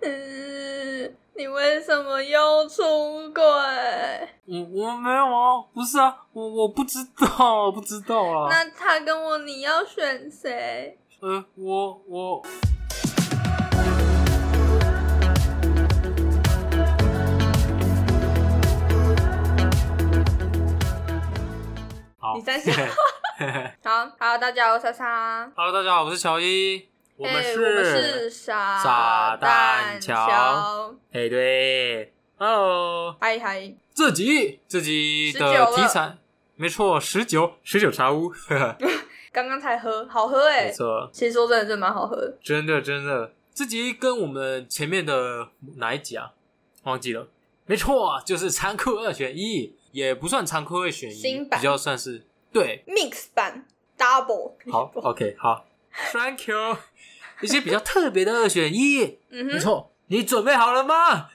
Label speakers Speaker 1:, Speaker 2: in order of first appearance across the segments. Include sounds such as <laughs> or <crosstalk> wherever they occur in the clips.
Speaker 1: 嗯，你为什么又出轨？
Speaker 2: 我我没有啊，不是啊，我我不知道，我不知道啊。
Speaker 1: 那他跟我，你要选谁？
Speaker 2: 呃，我我好
Speaker 1: 你在想好好，大家好，我莎莎，
Speaker 2: <laughs> Hello，大家好，我是乔伊，我们
Speaker 1: 哎
Speaker 2: 是，
Speaker 1: 我们是傻
Speaker 2: 傻
Speaker 1: 蛋
Speaker 2: 蛋乔哎、对，Hello，
Speaker 1: 嗨嗨，
Speaker 2: 这集这集的
Speaker 1: 19
Speaker 2: 题
Speaker 1: 了
Speaker 2: 材没错，十九十九茶屋， <laughs> 呵呵
Speaker 1: 刚刚才喝，好喝哎、
Speaker 2: 没错，
Speaker 1: 其实说真的，真的蛮好喝的。
Speaker 2: 真的真的，这集跟我们前面的哪一集啊？忘记了，没错，就是残酷二选一，也不算残酷二选一，
Speaker 1: 新版
Speaker 2: 比较算是对，
Speaker 1: <laughs> mix 版 double，
Speaker 2: 好，OK，好，Thank you，一 <laughs> 些比较特别的二选一，
Speaker 1: 嗯
Speaker 2: 没
Speaker 1: 哼，
Speaker 2: 错，你准备好了吗？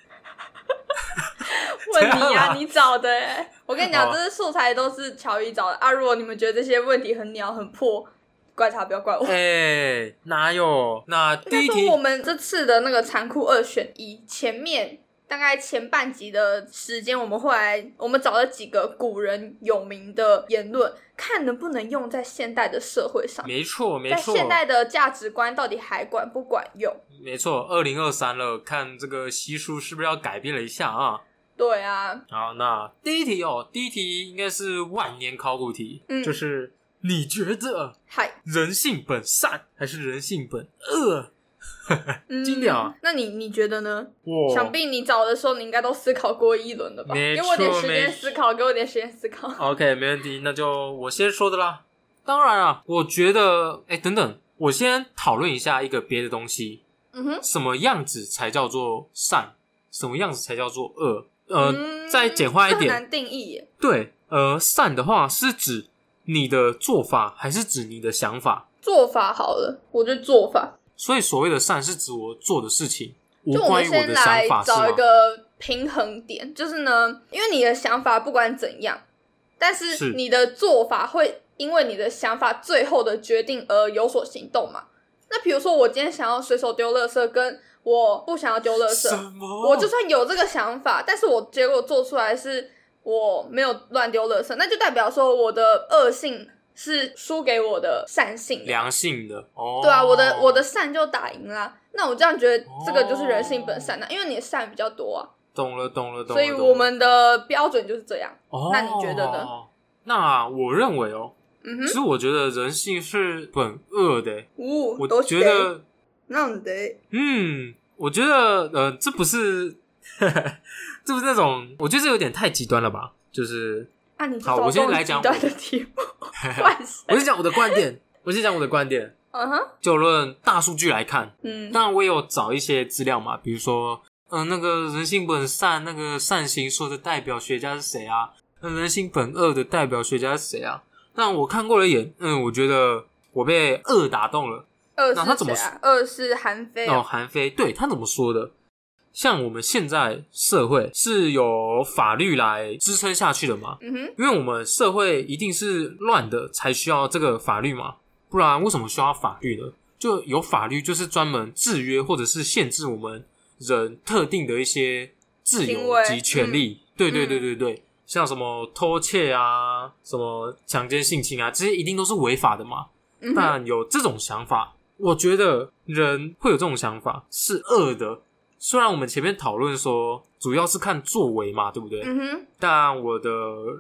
Speaker 1: <laughs> 问
Speaker 2: 这
Speaker 1: 你 <laughs>
Speaker 2: 样
Speaker 1: 啊，
Speaker 2: 啊
Speaker 1: 你找的、欸，我跟你讲，
Speaker 2: 好
Speaker 1: 这些素材都是乔伊找的啊。如果你们觉得这些问题很鸟很破，怪他不要怪我。
Speaker 2: 哎、哪有？那第
Speaker 1: 应
Speaker 2: 一
Speaker 1: 该
Speaker 2: 题
Speaker 1: 说我们这次的那个残酷二选一，前面大概前半集的时间，我们会来我们找了几个古人有名的言论，看能不能用在现代的社会上，
Speaker 2: 没错，没
Speaker 1: 在
Speaker 2: 错，
Speaker 1: 现代的价值观到底还管不管用？
Speaker 2: 没错，二零二三了，看这个习俗是不是要改变了一下啊？
Speaker 1: 对啊，
Speaker 2: 好，那第一题哦，第一题应该是万年考古题，
Speaker 1: 嗯
Speaker 2: 就是你觉得
Speaker 1: 嗨，
Speaker 2: 人性本善还是人性本恶？
Speaker 1: 嗯
Speaker 2: 经典啊
Speaker 1: 那你你觉得呢？
Speaker 2: 我
Speaker 1: 想必你找的时候，你应该都思考过一轮了吧？
Speaker 2: 没
Speaker 1: 给
Speaker 2: 错
Speaker 1: 我点时间
Speaker 2: 没
Speaker 1: 思考，给我点时间思考。
Speaker 2: OK，没问题，那就我先说的啦。当然啊，我觉得，哎，等等，我先讨论一下一个别的东西。
Speaker 1: 嗯哼，
Speaker 2: 什么样子才叫做善，什么样子才叫做恶。呃，
Speaker 1: 嗯
Speaker 2: 再简化一
Speaker 1: 这很
Speaker 2: 点，
Speaker 1: 难定义耶。
Speaker 2: 对，呃，善的话是指你的做法，还是指你的想法？
Speaker 1: 做法好了，我就做法。
Speaker 2: 所以所谓的善是指我做的事情，无
Speaker 1: 就我们
Speaker 2: 关于我
Speaker 1: 先
Speaker 2: 的
Speaker 1: 来
Speaker 2: 想法，是
Speaker 1: 找一
Speaker 2: 吗？
Speaker 1: 个平衡点，就是呢，因为你的想法不管怎样，但
Speaker 2: 是
Speaker 1: 是你的做法会因为你的想法最后的决定而有所行动嘛。那比如说，我今天想要随手丢垃圾，跟我不想要丢垃圾，
Speaker 2: 什么？
Speaker 1: 我就算有这个想法，但是我结果做出来是我没有乱丢垃圾，那就代表说我的恶性是输给我的善性的。
Speaker 2: 良性的哦。哦
Speaker 1: 对啊，我的我的善就打赢啦。那我这样觉得这个就是人性本善啊呐、因为你的善比较多啊，
Speaker 2: 懂了，懂了，懂了。
Speaker 1: 所以
Speaker 2: 懂了
Speaker 1: 我们的标准就是这样。
Speaker 2: 哦，
Speaker 1: 那你觉得呢？
Speaker 2: 那我认为哦，
Speaker 1: 嗯
Speaker 2: 其
Speaker 1: 哼，
Speaker 2: 实我觉得人性是本恶的，欸
Speaker 1: 五、哦，
Speaker 2: 我觉得
Speaker 1: 那你得
Speaker 2: 嗯，我觉得呃，这不是， <laughs> 这不是那种，我觉得这有点太极端了吧？就是
Speaker 1: 啊，你就
Speaker 2: 好
Speaker 1: 找
Speaker 2: 我先
Speaker 1: 这种
Speaker 2: 来讲
Speaker 1: 极端的题目，
Speaker 2: <laughs>
Speaker 1: 怪
Speaker 2: 我
Speaker 1: 谁？
Speaker 2: 先讲我的观点，我先讲我的观点。
Speaker 1: 嗯哼，
Speaker 2: 就论大数据来看，
Speaker 1: <laughs> 嗯，
Speaker 2: 当然我也有找一些资料嘛，比如说，嗯、那个人性本善，那个善行说的代表学家是谁啊？那人性本恶的代表学家是谁啊？但我看过了一眼，嗯，我觉得我被恶打动了。
Speaker 1: 二
Speaker 2: 那他
Speaker 1: 是
Speaker 2: 怎
Speaker 1: 谁
Speaker 2: 么
Speaker 1: 啊？二是韩非
Speaker 2: 哦，
Speaker 1: 啊、
Speaker 2: 韩非，对他怎么说的？像我们现在社会是有法律来支撑下去的嘛？
Speaker 1: 嗯哼，
Speaker 2: 因为我们社会一定是乱的，才需要这个法律嘛，不然为什么需要法律呢？就有法律就是专门制约或者是限制我们人特定的一些自由
Speaker 1: 行为嗯
Speaker 2: 及权利。对对对对对，像什么偷窃啊、什么强奸、性侵啊，这些一定都是违法的嘛。
Speaker 1: 嗯哼，
Speaker 2: 但有这种想法，我觉得人会有这种想法是恶的。虽然我们前面讨论说，主要是看作为嘛，对不对？
Speaker 1: 嗯哼，
Speaker 2: 但我的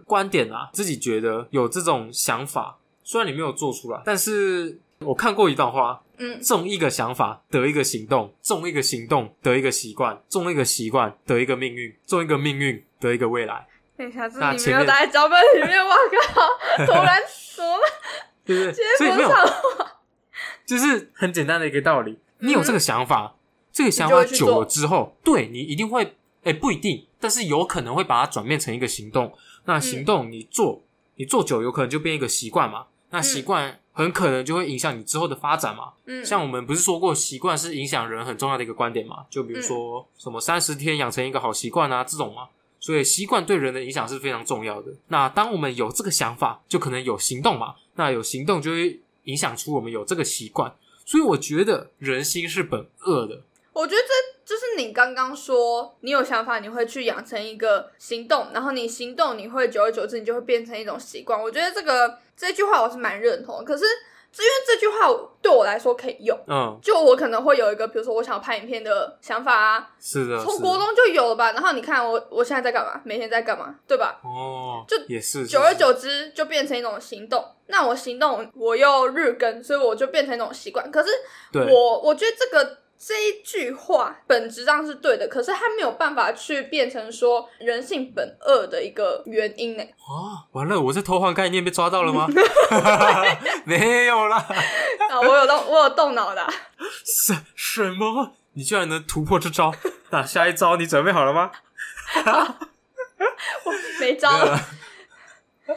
Speaker 2: 观点啊，自己觉得有这种想法，虽然你没有做出来，但是我看过一段话：
Speaker 1: 嗯，
Speaker 2: 种一个想法得一个行动，种一个行动得一个习惯，种一个习惯得一个命运，种一个命运得一个未来，
Speaker 1: 等一下，这
Speaker 2: 那
Speaker 1: 你没
Speaker 2: 前
Speaker 1: 有
Speaker 2: 面
Speaker 1: 打在脚本里面，我
Speaker 2: <laughs>
Speaker 1: 靠，突然怎么办？
Speaker 2: 对不对？所
Speaker 1: 今天
Speaker 2: 以没
Speaker 1: 不
Speaker 2: 有
Speaker 1: 上，
Speaker 2: 就是很简单的一个道理。你有这个想法，这个
Speaker 1: 嗯
Speaker 2: 想
Speaker 1: 你
Speaker 2: 法
Speaker 1: 就会去
Speaker 2: 久
Speaker 1: 做
Speaker 2: 了之后，对你一定会，哎、不一定，但是有可能会把它转变成一个行动。那
Speaker 1: 嗯
Speaker 2: 行动你做，你做久有可能就变一个习惯嘛。那习惯很可能就会影响你之后的发展嘛。
Speaker 1: 嗯，
Speaker 2: 像我们不是说过，习惯是影响人很重要的一个观点嘛？就
Speaker 1: 嗯
Speaker 2: 比如说什么三十天养成一个好习惯啊，这种嘛。所以习惯对人的影响是非常重要的。那当我们有这个想法，就可能有行动嘛。那有行动就会影响出我们有这个习惯。所以我觉得人心是本恶的，
Speaker 1: 我觉得这就是你刚刚说你有想法，你会去养成一个行动，然后你行动，你会久而久之，你就会变成一种习惯。我觉得这个这句话我是蛮认同的，可是这因为这句话对我来说可以用。
Speaker 2: 嗯，
Speaker 1: 就我可能会有一个，比如说我想要拍影片的想法啊，
Speaker 2: 是的，
Speaker 1: 从
Speaker 2: 是
Speaker 1: 国
Speaker 2: 的
Speaker 1: 中就有了吧。然后你看我我现在在干嘛，每天在干嘛，对吧？
Speaker 2: 哦，
Speaker 1: 就
Speaker 2: 也是
Speaker 1: 久而，久之就变成一种行动。那我行动，我又日更，所以我就变成一种习惯。可是
Speaker 2: 是是对，
Speaker 1: 我我觉得这个这一句话本质上是对的，可是它没有办法去变成说人性本恶的一个原因呢。
Speaker 2: 哦，完了，我是偷换概念被抓
Speaker 1: <laughs>
Speaker 2: 到了吗？没有啦，
Speaker 1: 啊，我有动，我有动脑的啊、
Speaker 2: 什什么？你居然能突破
Speaker 1: <laughs>
Speaker 2: 这招？那下一招你准备好了吗？ <laughs>
Speaker 1: 我没招
Speaker 2: 没有
Speaker 1: 了
Speaker 2: 啦，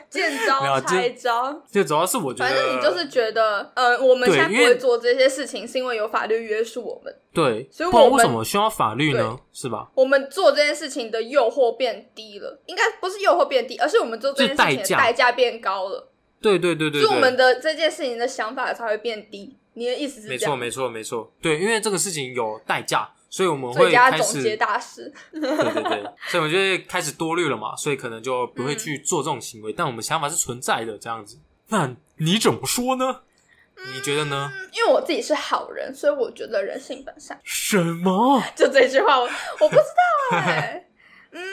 Speaker 1: <laughs> 见
Speaker 2: 没有
Speaker 1: 招
Speaker 2: 就
Speaker 1: 拆招。
Speaker 2: 就主要是我觉得，
Speaker 1: 反正你就是觉得，呃，我们
Speaker 2: 对
Speaker 1: 现在不
Speaker 2: 因为
Speaker 1: 会做这些事情，是因为有法律约束我们。
Speaker 2: 对，
Speaker 1: 所以
Speaker 2: 不然
Speaker 1: 我们
Speaker 2: 为什么需要法律呢？是吧？
Speaker 1: 我们做这件事情的诱惑变低了，应该不是诱惑变低，而是我们做这件事情
Speaker 2: 就
Speaker 1: 的
Speaker 2: 是代价
Speaker 1: 代价变高了，
Speaker 2: 对对对对
Speaker 1: 所以我们
Speaker 2: 对，
Speaker 1: 的这件事情的想法才会变低。你的意思是
Speaker 2: 没
Speaker 1: 这样
Speaker 2: 错
Speaker 1: 吗？
Speaker 2: 没错没错，对，因为这个事情有代价，所以我们
Speaker 1: 最
Speaker 2: 会
Speaker 1: 佳
Speaker 2: 开
Speaker 1: 总
Speaker 2: 始
Speaker 1: 结大师，
Speaker 2: <laughs> 对对对，所以我们就会开始多虑了嘛，所以可能就不会去做这种行为，
Speaker 1: 嗯
Speaker 2: 但我们想法是存在的这样子。那你怎么说呢？你觉得呢？
Speaker 1: 嗯，因为我自己是好人，所以我觉得人性本善。
Speaker 2: 什么？
Speaker 1: 就这句话我，我不知道哎、
Speaker 2: <laughs>
Speaker 1: 嗯，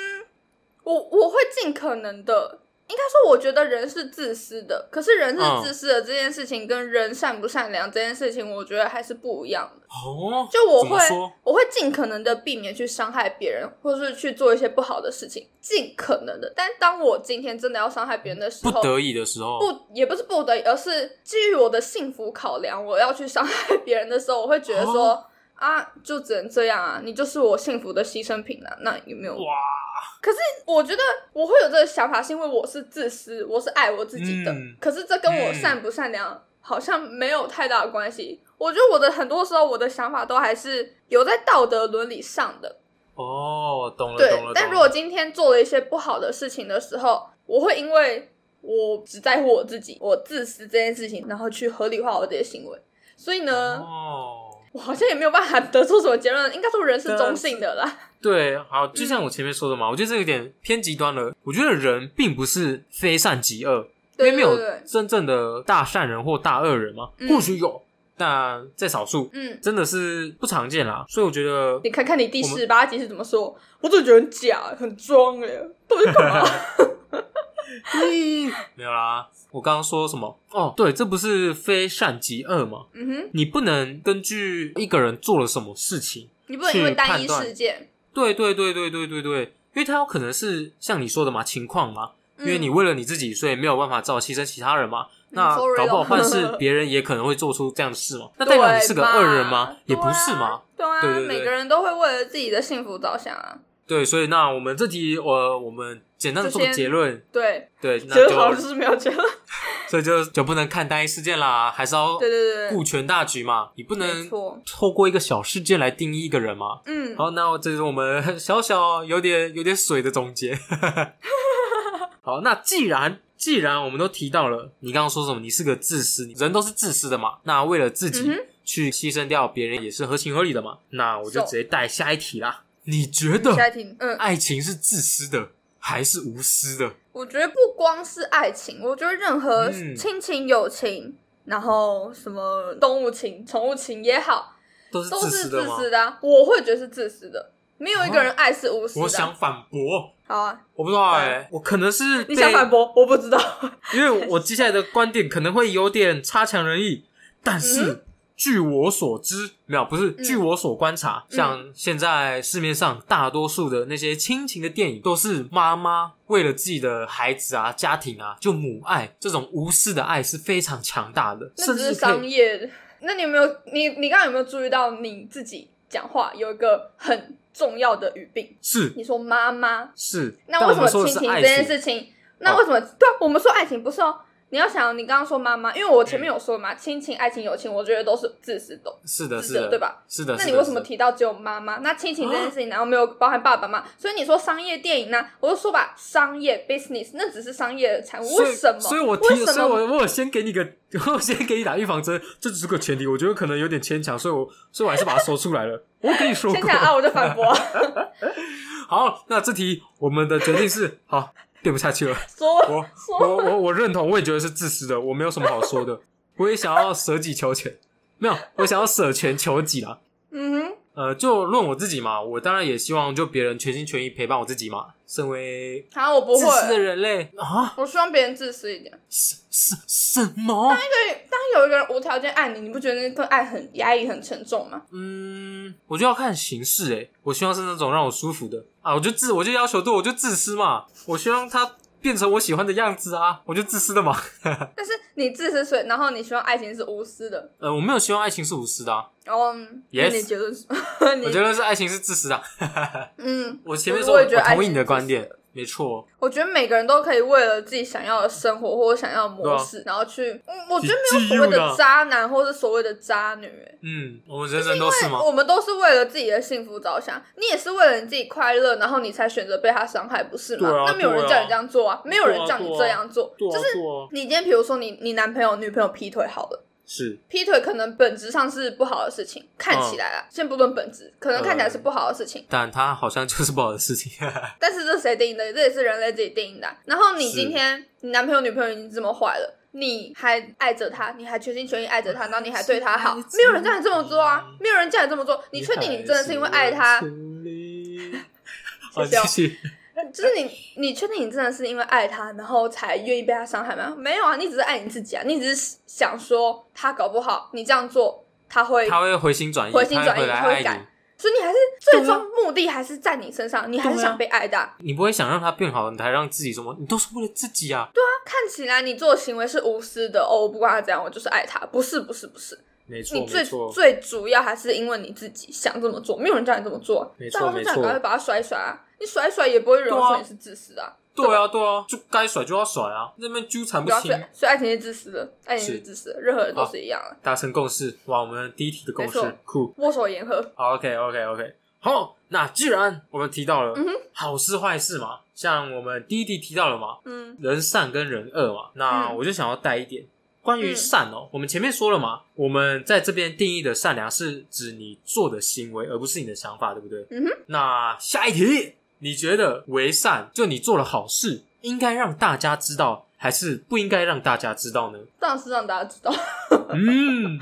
Speaker 1: 我我会尽可能的，应该说，我觉得人是自私的，可是人是
Speaker 2: 嗯
Speaker 1: 自私的这件事情，跟人善不善良这件事情，我觉得还是不一样的。
Speaker 2: 哦，
Speaker 1: 就我
Speaker 2: 怎么
Speaker 1: 会
Speaker 2: 说，
Speaker 1: 我会尽可能的避免去伤害别人，或是去做一些不好的事情，尽可能的。但当我今天真的要伤害别人的时
Speaker 2: 不
Speaker 1: 候，
Speaker 2: 得已的时候，
Speaker 1: 不也不是不得已，而是基于我的幸福考量，我要去伤害别人的时候，我会觉得说、
Speaker 2: 哦
Speaker 1: 啊，就只能这样啊，你就是我幸福的牺牲品了、啊那有没有？
Speaker 2: 哇，
Speaker 1: 我觉得我会有这个想法，是因为我是自私，我是爱我自己的。
Speaker 2: 嗯
Speaker 1: 可是这跟我善不善良好像没有太大的关系。我觉得我的很多时候，我的想法都还是有在道德伦理上的。
Speaker 2: 哦，懂了
Speaker 1: 对
Speaker 2: 懂了。，
Speaker 1: 但
Speaker 2: 懂
Speaker 1: 如果
Speaker 2: 了
Speaker 1: 今天做了一些不好的事情的时候，我会因为我只在乎我自己，我自私这件事情，然后去合理化我这些行为。所以呢，
Speaker 2: 哦，
Speaker 1: 我好像也没有办法得出什么结论。应该说人是中性的啦，
Speaker 2: 对，啊好，就像我前面说的嘛，我觉得这有点偏极端了。我觉得人并不是非善即恶，因
Speaker 1: 对
Speaker 2: 为没有
Speaker 1: 对对对
Speaker 2: 真正的大善人或大恶人嘛，
Speaker 1: 嗯
Speaker 2: 或许有，但在少数，
Speaker 1: 嗯，
Speaker 2: 真的是不常见啦。所以我觉得
Speaker 1: 你看看你第十八集是怎么说？我总觉得很假，很装哎、
Speaker 2: <laughs>
Speaker 1: 到底在干嘛？
Speaker 2: <laughs> 没有啦。我刚刚说什么？哦，对，这不是非善即恶嘛？
Speaker 1: 嗯哼，
Speaker 2: 你不能根据一个人做了什么事情，
Speaker 1: 你不能因为
Speaker 2: 去
Speaker 1: 单
Speaker 2: 判
Speaker 1: 一
Speaker 2: 断
Speaker 1: 事件，
Speaker 2: 对对对对对对对，因为他有可能是像你说的嘛，情况嘛，因
Speaker 1: 嗯
Speaker 2: 为你为了你自己，所以没有办法照牺牲其他人嘛。那
Speaker 1: sorry 哦
Speaker 2: 搞不好
Speaker 1: 咯 <laughs>
Speaker 2: 办事，别人也可能会做出这样的事嘛。那代表你是个恶人吗？也不是嘛。？
Speaker 1: 啊对啊，
Speaker 2: 对对对
Speaker 1: 每个人都会为了自己的幸福着想啊。
Speaker 2: 对，所以那我们这题，呃，我们简单的做个
Speaker 1: 这些
Speaker 2: 结论，
Speaker 1: 对，
Speaker 2: 对，
Speaker 1: 结
Speaker 2: 那
Speaker 1: 论好像就
Speaker 2: 就是
Speaker 1: 没有结论。
Speaker 2: 所以就就不能看单一事件啦，还是要
Speaker 1: 对对对
Speaker 2: 顾全大局嘛。你不
Speaker 1: 对，没
Speaker 2: 能
Speaker 1: 错。
Speaker 2: 透过一个小事件来定义一个人嘛。
Speaker 1: 嗯，
Speaker 2: <laughs> 好，那这是我们小小有点有点水的总结。 <laughs> 好，那既然既然我们都提到了，你刚刚说什么？你是个自私，人都是自私的嘛。那为了自己
Speaker 1: 嗯哼
Speaker 2: 去牺牲掉别人，也是合情合理的嘛。那我就
Speaker 1: So-
Speaker 2: 直接带下一题啦。你觉得
Speaker 1: 下一题，嗯，
Speaker 2: 爱情是自私的还是无私的？
Speaker 1: 我觉得不光是爱情，我觉得任何
Speaker 2: 嗯
Speaker 1: 亲情、友情，然后什么动物情、宠物情也好，
Speaker 2: 都是
Speaker 1: 都
Speaker 2: 自
Speaker 1: 是
Speaker 2: 私的
Speaker 1: 自
Speaker 2: 吗？
Speaker 1: 私的、啊。我会觉得是自私的，没有一个人爱是无私
Speaker 2: 我
Speaker 1: 的啊、
Speaker 2: 想反驳，
Speaker 1: 好啊，
Speaker 2: 我不知道哎、我可能是
Speaker 1: 你想
Speaker 2: 被
Speaker 1: 反驳？我不知道。
Speaker 2: 因为我接下来的观点可能会有点差强人意，但
Speaker 1: 嗯
Speaker 2: 是、据我所知，没有不是，据我所观察，
Speaker 1: 嗯
Speaker 2: 像现在市面上大多数的那些亲情的电影，都是妈妈为了自己的孩子啊、家庭啊，就母爱这种无私的爱是非常强大的，
Speaker 1: 那
Speaker 2: 甚
Speaker 1: 只
Speaker 2: 至
Speaker 1: 是
Speaker 2: 可
Speaker 1: 商
Speaker 2: 以
Speaker 1: 业的。那你有没有你你刚刚有没有注意到你自己讲话有一个很重要的语病？
Speaker 2: 是
Speaker 1: 你说妈妈，
Speaker 2: 是。
Speaker 1: 那为
Speaker 2: 但我
Speaker 1: 什
Speaker 2: 们
Speaker 1: 么
Speaker 2: 说的
Speaker 1: 亲
Speaker 2: 是
Speaker 1: 情
Speaker 2: 爱
Speaker 1: 这件
Speaker 2: 情
Speaker 1: 事情？那为什么、对啊我们说爱情不是哦？你要想，你刚刚说妈妈，因为我前面有说
Speaker 2: 嗯
Speaker 1: 嘛，亲情、爱情、友情，我觉得都是自私的。
Speaker 2: 是的，
Speaker 1: 是
Speaker 2: 是
Speaker 1: 的
Speaker 2: 的，
Speaker 1: 对吧？
Speaker 2: 是的，
Speaker 1: 那
Speaker 2: 是
Speaker 1: 你
Speaker 2: 的
Speaker 1: 为什么？
Speaker 2: 是的
Speaker 1: 提到只有妈妈？那亲情这件事情难道没有包含爸爸吗？所以你说商业电影呢？我就说吧，商业 business 那只是商业的产物，
Speaker 2: 所
Speaker 1: 为
Speaker 2: 以，
Speaker 1: 什么？
Speaker 2: 所以我
Speaker 1: 为
Speaker 2: 提，
Speaker 1: 什
Speaker 2: 所以
Speaker 1: 么？
Speaker 2: 我我有先给你个， <laughs> 我先给你打预防针，这只是个前提，我觉得可能有点牵强，所以我所以我还是把它说出
Speaker 1: <laughs>
Speaker 2: 来了。我跟你说
Speaker 1: 先
Speaker 2: 过
Speaker 1: 讲，啊，我就反驳，
Speaker 2: <laughs> 好，那这题我们的决定是好，变不下去了。
Speaker 1: 说
Speaker 2: 我
Speaker 1: 说
Speaker 2: 我我我认同，我也觉得是自私的，我没有什么好说的。 <laughs> 我也想要舍己求全，没有，我想要舍全求己啦。
Speaker 1: 嗯哼，
Speaker 2: 呃，就论我自己嘛，我当然也希望就别人全心全意陪伴我自己嘛。身为
Speaker 1: 好，我不
Speaker 2: 自私的
Speaker 1: 会，
Speaker 2: 人类啊，
Speaker 1: 我希望别人自私一点。
Speaker 2: 什什什么？
Speaker 1: 对，当有一个人无条件爱你，你不觉得那份爱很压抑、很沉重吗？
Speaker 2: 嗯，我就要看形式诶、欸我希望是那种让我舒服的啊，我就自我就要求对，我就自私嘛，我希望他变成我喜欢的样子啊，我就自私的嘛。
Speaker 1: 但是你自私所以，然后你希望爱情是无私的，
Speaker 2: 呃，我没有希望爱情是无私的、啊，
Speaker 1: 然后嗯
Speaker 2: Yes
Speaker 1: 那你结
Speaker 2: <laughs>
Speaker 1: 论是？
Speaker 2: 我
Speaker 1: 你
Speaker 2: 觉得是爱情是自私的啊、
Speaker 1: 嗯，
Speaker 2: 我前面
Speaker 1: 我
Speaker 2: 说我
Speaker 1: 我也觉得爱
Speaker 2: 同意
Speaker 1: 情
Speaker 2: 你
Speaker 1: 是
Speaker 2: 的
Speaker 1: 自
Speaker 2: 观
Speaker 1: 私
Speaker 2: 点，没错，
Speaker 1: 我觉得每个人都可以为了自己想要的生活或者想要的
Speaker 2: 啊
Speaker 1: 模式，然后去，嗯，我觉得没有所谓
Speaker 2: 自由
Speaker 1: 的
Speaker 2: 啦
Speaker 1: 渣男或是所谓的渣女、欸
Speaker 2: 嗯，我们人人都是吗？
Speaker 1: 我们都是为了自己的幸福着想，你也是为了你自己快乐，然后你才选择被他伤害，不是吗？
Speaker 2: 对啊
Speaker 1: 那没有人
Speaker 2: 对啊
Speaker 1: 叫你这样做啊，没有人叫你
Speaker 2: 对啊
Speaker 1: 这样做，
Speaker 2: 对啊
Speaker 1: 就是
Speaker 2: 对啊
Speaker 1: 你今天比如说你你男朋友女朋友劈腿好了。
Speaker 2: 是
Speaker 1: 劈腿可能本质上是不好的事情，看起来啊，先不论本质，可能看起来是不好的事情，
Speaker 2: 但他好像就是不好的事情。 <laughs>
Speaker 1: 但是这谁定的？这也是人类自己定的啊、然后你
Speaker 2: 是
Speaker 1: 今天你男朋友女朋友已经这么坏了。你还爱着他，你还全心全意爱着他，然后你还对他好，
Speaker 2: 爱着
Speaker 1: 没有人叫你这么做啊
Speaker 2: 你，
Speaker 1: 没有人叫你这么做。你确定你真的是因为爱他？
Speaker 2: 好，
Speaker 1: <laughs> 谢谢哦
Speaker 2: 继续。
Speaker 1: 就是你，你确定你真的是因为爱他，然后才愿意被他伤害吗？没有啊，你只是爱你自己啊，你只是想说他搞不好你这样做他会
Speaker 2: 他会回心转意，
Speaker 1: 回心
Speaker 2: 他
Speaker 1: 转意
Speaker 2: 回来
Speaker 1: 他会
Speaker 2: 爱
Speaker 1: 改
Speaker 2: 你。
Speaker 1: 所以你还是
Speaker 2: 啊
Speaker 1: 最终目的还是在你身上，你还是想被爱的啊、
Speaker 2: 你不会想让他变好，你还让自己什么？你都是为了自己啊。对，
Speaker 1: 看起来你做的行为是无私的哦，我不管他怎样，我就是爱他。不是，不是，不是，
Speaker 2: 没错，
Speaker 1: 你
Speaker 2: 没
Speaker 1: 最
Speaker 2: 错。
Speaker 1: 最主要还是因为你自己想这么做，没有人叫你这么做啊。
Speaker 2: 没错
Speaker 1: 大家都叫
Speaker 2: 没错
Speaker 1: 你赶快把他甩一甩啊！你甩一甩也不会有人说
Speaker 2: 对啊
Speaker 1: 你是自私的、啊，
Speaker 2: 对啊，对啊，就该甩就要甩啊，那边纠缠不
Speaker 1: 对啊，所以
Speaker 2: 清，
Speaker 1: 所以爱情是自私的，爱情是
Speaker 2: 是
Speaker 1: 自私的，任何人都
Speaker 2: 好
Speaker 1: 是一样的。
Speaker 2: 达成共识。哇，我们第一题的共
Speaker 1: 没错
Speaker 2: 识，酷。
Speaker 1: 握手言和，
Speaker 2: OK OK OK，好，那既然我们提到了
Speaker 1: 嗯哼
Speaker 2: 好事坏事嘛，像我们第一题提到了嘛，
Speaker 1: 嗯
Speaker 2: 人善跟人恶嘛，那
Speaker 1: 嗯
Speaker 2: 我就想要带一点关于
Speaker 1: 嗯
Speaker 2: 善哦。我们前面说了嘛，我们在这边定义的善良是指你做的行为，而不是你的想法，对不对？
Speaker 1: 嗯哼。
Speaker 2: 那下一题，你觉得为善，就你做了好事，应该让大家知道，还是不应该让大家
Speaker 1: <laughs>
Speaker 2: 知道呢？
Speaker 1: 当然是让大家知道。
Speaker 2: 嗯，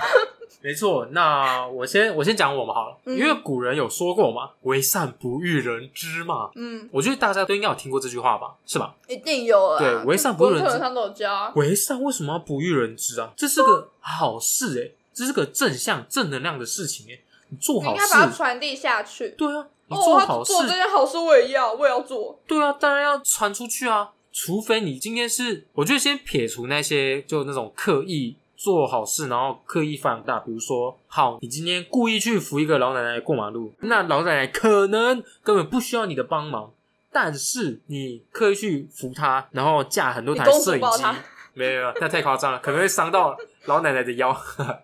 Speaker 2: 没错。那我先我先讲我们好了，
Speaker 1: 嗯
Speaker 2: 因为古人有说过嘛，“为善不欲人知”嘛。
Speaker 1: 嗯，
Speaker 2: 我觉得大家都应该有听过这句话吧，是吧？
Speaker 1: 一定有啊。
Speaker 2: 对为善不
Speaker 1: 功
Speaker 2: 人知
Speaker 1: 课上都有教啊。
Speaker 2: 为善为什么要不欲人知啊？这是个好事诶、这是个正向正能量的事情诶、欸你做
Speaker 1: 你应
Speaker 2: 好
Speaker 1: 该把它
Speaker 2: 事，
Speaker 1: 传递下去。
Speaker 2: 对啊，你
Speaker 1: 哦，
Speaker 2: 做
Speaker 1: 他
Speaker 2: 好事，
Speaker 1: 做这件好事我也要，我也要做。
Speaker 2: 对啊，当然要传出去啊。除非你今天是，我觉得先撇除那些就那种刻意做好事，然后刻意放大，比如说，好，你今天故意去扶一个老奶奶过马路，那老奶奶可能根本不需要你的帮忙，但是你刻意去扶她，然后架很多台
Speaker 1: 你公主
Speaker 2: 摄影
Speaker 1: 抱
Speaker 2: 机
Speaker 1: 她，
Speaker 2: 没有，那太夸张了，可能会伤到老奶奶的腰。 <laughs>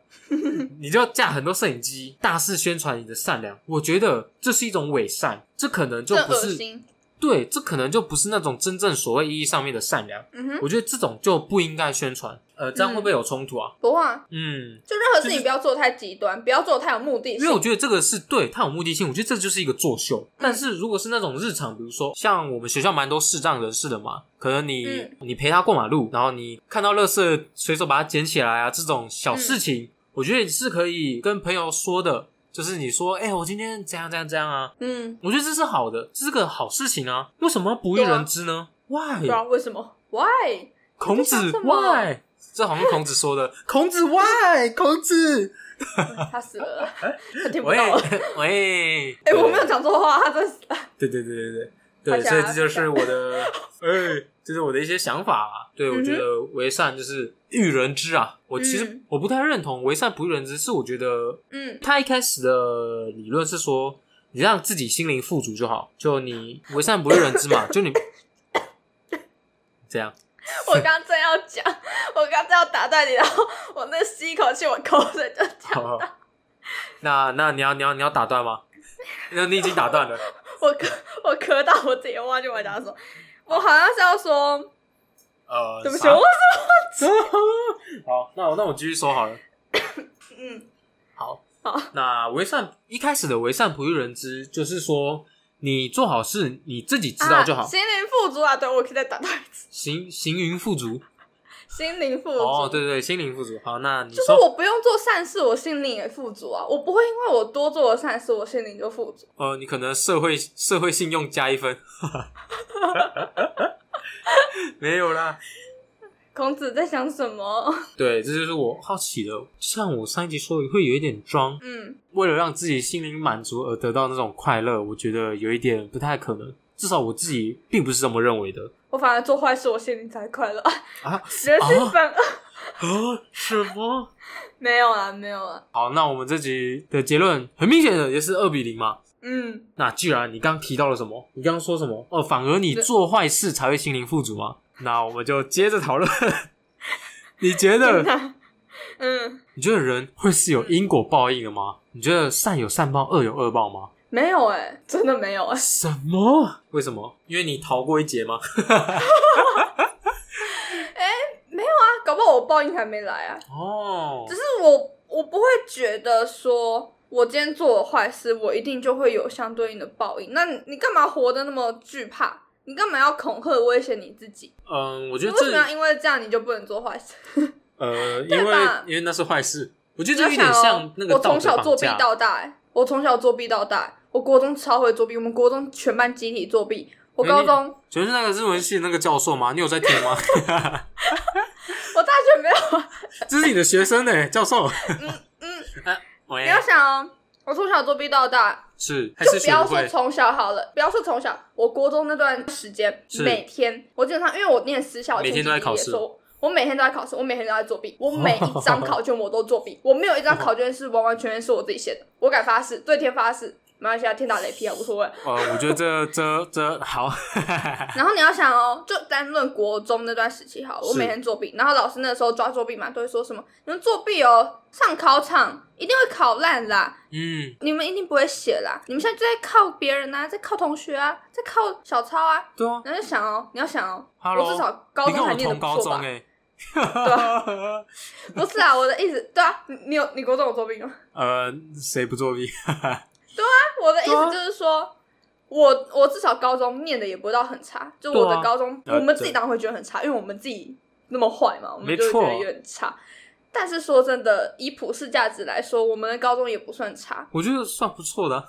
Speaker 2: 你就架很多摄影机，大肆宣传你的善良，我觉得这是一种伪善，这可能就
Speaker 1: 真
Speaker 2: 不
Speaker 1: 恶
Speaker 2: 是
Speaker 1: 心。
Speaker 2: 对，这可能就不是那种真正所谓意义上面的善良。
Speaker 1: 嗯哼，
Speaker 2: 我觉得这种就不应该宣传，呃，这样会不会有冲突啊？
Speaker 1: 不会啊，
Speaker 2: 嗯，
Speaker 1: 就任何事情不要做得太极端，不要做得太有目的
Speaker 2: 因为我
Speaker 1: 性。
Speaker 2: 觉得这个是对它有目的性，我觉得这就是一个作秀。
Speaker 1: 嗯
Speaker 2: 但是如果是那种日常，比如说像我们学校蛮多视障人士的嘛，可能你、
Speaker 1: 嗯
Speaker 2: 你陪他过马路，然后你看到垃圾随手把它捡起来啊，这种小
Speaker 1: 嗯
Speaker 2: 事情，我觉得是可以跟朋友说的，就是你说，哎、我今天怎样怎样怎样啊，
Speaker 1: 嗯，
Speaker 2: 我觉得这是好的，这是个好事情啊，为什么要不欲
Speaker 1: 对啊啊
Speaker 2: 人知呢、
Speaker 1: 不
Speaker 2: Why？
Speaker 1: 知道为什么？Why？
Speaker 2: 孔
Speaker 1: 你在
Speaker 2: 子
Speaker 1: 想什么
Speaker 2: why？这好像孔子
Speaker 1: <laughs>
Speaker 2: 说的。孔子 why？孔子，
Speaker 1: 他死了
Speaker 2: <laughs>
Speaker 1: 啦，他听不
Speaker 2: 喂
Speaker 1: 到了。
Speaker 2: <laughs> 喂，
Speaker 1: 哎，我没有讲错话，他真死了。
Speaker 2: 对对对对对
Speaker 1: 好啊
Speaker 2: 对，
Speaker 1: 想
Speaker 2: 所以
Speaker 1: 要
Speaker 2: 这就是
Speaker 1: 讲
Speaker 2: 我的，
Speaker 1: 啊
Speaker 2: <laughs> 哎，这是我的一些想法啊。对，我觉得为善就是欲人知啊。我其实
Speaker 1: 嗯
Speaker 2: 我不太认同为善不欲人知，是我觉得
Speaker 1: 嗯，
Speaker 2: 他一开始的理论是说，你让自己心
Speaker 1: <laughs>
Speaker 2: 灵富足就好，就你为善不欲人知嘛，就你怎样？
Speaker 1: 我刚正要讲，我刚正要打断你，然后我那吸一口气，我口水就讲，
Speaker 2: 好 <laughs> 那那你要你要你要打断吗？那你已经打
Speaker 1: <laughs>
Speaker 2: 断了，
Speaker 1: 我咳我咳到我自己忘记我讲什么，我好像是要说，
Speaker 2: 呃，
Speaker 1: 对不起，
Speaker 2: 啥
Speaker 1: 我
Speaker 2: <laughs> 好，那我那我继续说好了。
Speaker 1: 嗯
Speaker 2: 好，
Speaker 1: 好，
Speaker 2: 那为善一开始的为善不欲人知，就是说你做好事你自己知道就好，
Speaker 1: 啊心灵富足啊，对我可以再打断一次，
Speaker 2: 行行云富足。
Speaker 1: 心灵富足。
Speaker 2: 哦，对对对，心灵富足。好，那你
Speaker 1: 就是
Speaker 2: 说，
Speaker 1: 我不用做善事，我心灵也富足啊！我不会因为我多做了善事，我心灵就富足。
Speaker 2: 呃，你可能社会社会信用加一分， <laughs> 没有啦。
Speaker 1: 孔子在想什
Speaker 2: <laughs>
Speaker 1: 么？
Speaker 2: 对，这就是我好奇的。像我上一集说的，会有一点装，
Speaker 1: 嗯，
Speaker 2: 为了让自己心灵满足而得到那种快乐，我觉得有一点不太可能。至少我自己并不是这么认为的
Speaker 1: 我反而做坏事，我心灵才快乐。
Speaker 2: 啊
Speaker 1: <laughs> 人性本恶，
Speaker 2: 啊！什么？
Speaker 1: 没有啦，没有啦。
Speaker 2: 好，那我们这集的结论很明显的也是二比零嘛。
Speaker 1: 嗯，
Speaker 2: 那既然你刚提到了什么，你刚刚说什么？哦，反而你做坏事才会心灵富足吗？那我们就接着讨论。 <laughs> 你
Speaker 1: 真
Speaker 2: 觉得？
Speaker 1: 的， <laughs> 嗯，
Speaker 2: 你觉得人会是有因果报应的吗？你觉得善有善报，恶有恶报吗？
Speaker 1: 没有哎、真的没有 <laughs> 哎、
Speaker 2: 什么？为什么？因为你逃过一劫吗？
Speaker 1: 啊搞不好我报应还没来啊。
Speaker 2: 哦
Speaker 1: 只，是我我不会觉得说。我今天做了坏事，我一定就会有相对应的报应。那你你干嘛活得那么惧怕？你干嘛要恐吓威胁你自己？
Speaker 2: 嗯，我觉
Speaker 1: 你
Speaker 2: 得
Speaker 1: 为什么要
Speaker 2: 这
Speaker 1: 因为这样你就不能做坏事？
Speaker 2: 呃，
Speaker 1: 对
Speaker 2: 因为
Speaker 1: 吧
Speaker 2: 因为那是坏事，我觉得
Speaker 1: 你要
Speaker 2: <laughs> 这有点
Speaker 1: 想
Speaker 2: 像
Speaker 1: 哦，
Speaker 2: 那个
Speaker 1: 我
Speaker 2: 道
Speaker 1: 从
Speaker 2: 德
Speaker 1: 小作
Speaker 2: 绑
Speaker 1: 弊
Speaker 2: 架。
Speaker 1: 到大、欸，我从小作弊到大欸、我国中超会作弊，我们国中全班集体作弊。我
Speaker 2: 哎你
Speaker 1: 高中，
Speaker 2: 就是那个日文系的那个教授吗？你有在听吗？ <laughs>
Speaker 1: 我大学没有。
Speaker 2: 哎这是你的学生呢、教授。
Speaker 1: 嗯，
Speaker 2: <laughs> 啊喂
Speaker 1: 你要想哦，我从小作弊到大，
Speaker 2: 是还是
Speaker 1: 就不
Speaker 2: 学
Speaker 1: 要
Speaker 2: 不
Speaker 1: 说
Speaker 2: 会
Speaker 1: 从小好了，不要说从小，我国中那段时间
Speaker 2: 是，
Speaker 1: 每天我基本上因为我念私校，
Speaker 2: 每天都在考
Speaker 1: 前
Speaker 2: 试
Speaker 1: 几年也说。我每天都在考试，我每天都在作
Speaker 2: <laughs>
Speaker 1: 弊，我每一张考卷我都作弊，我没有一张考卷是完完全全是我自己写的，我敢发誓，对天发誓，没关系啊，天打雷劈啊，无所谓。
Speaker 2: 呃，我觉得这这这好，
Speaker 1: <laughs> 然后你要想哦，就单论国中那段时期好了，我
Speaker 2: 是
Speaker 1: 每天作弊，然后老师那时候抓作弊嘛，都会说什么你们作弊哦，上考场一定会考烂啦，
Speaker 2: <laughs> 嗯，
Speaker 1: 你们一定不会写啦，你们现在就在靠别人啊，在靠同学啊，在靠小抄啊，
Speaker 2: 对啊
Speaker 1: 然后就想哦，你要想哦
Speaker 2: Hello，
Speaker 1: 我至少高
Speaker 2: 你跟
Speaker 1: 中还
Speaker 2: 我
Speaker 1: 念的
Speaker 2: 同高
Speaker 1: 不错
Speaker 2: 中
Speaker 1: 吧？啊
Speaker 2: 哎、
Speaker 1: 不是啊，我的意思，对啊，你你有你国中有作弊吗？
Speaker 2: <laughs> 呃，谁不作弊？
Speaker 1: 我的意
Speaker 2: 对啊
Speaker 1: 思就是说，我我至少高中念的也不到很差，就
Speaker 2: 对啊
Speaker 1: 我的高中，
Speaker 2: 呃
Speaker 1: 我们自己当然会觉得很差，因为我们自己那么坏嘛，我们
Speaker 2: 没
Speaker 1: 就会觉
Speaker 2: 错
Speaker 1: 得有点差。但是说真的，以普世价值来说，我们的高中也不算差，
Speaker 2: 我觉得算不错的啊、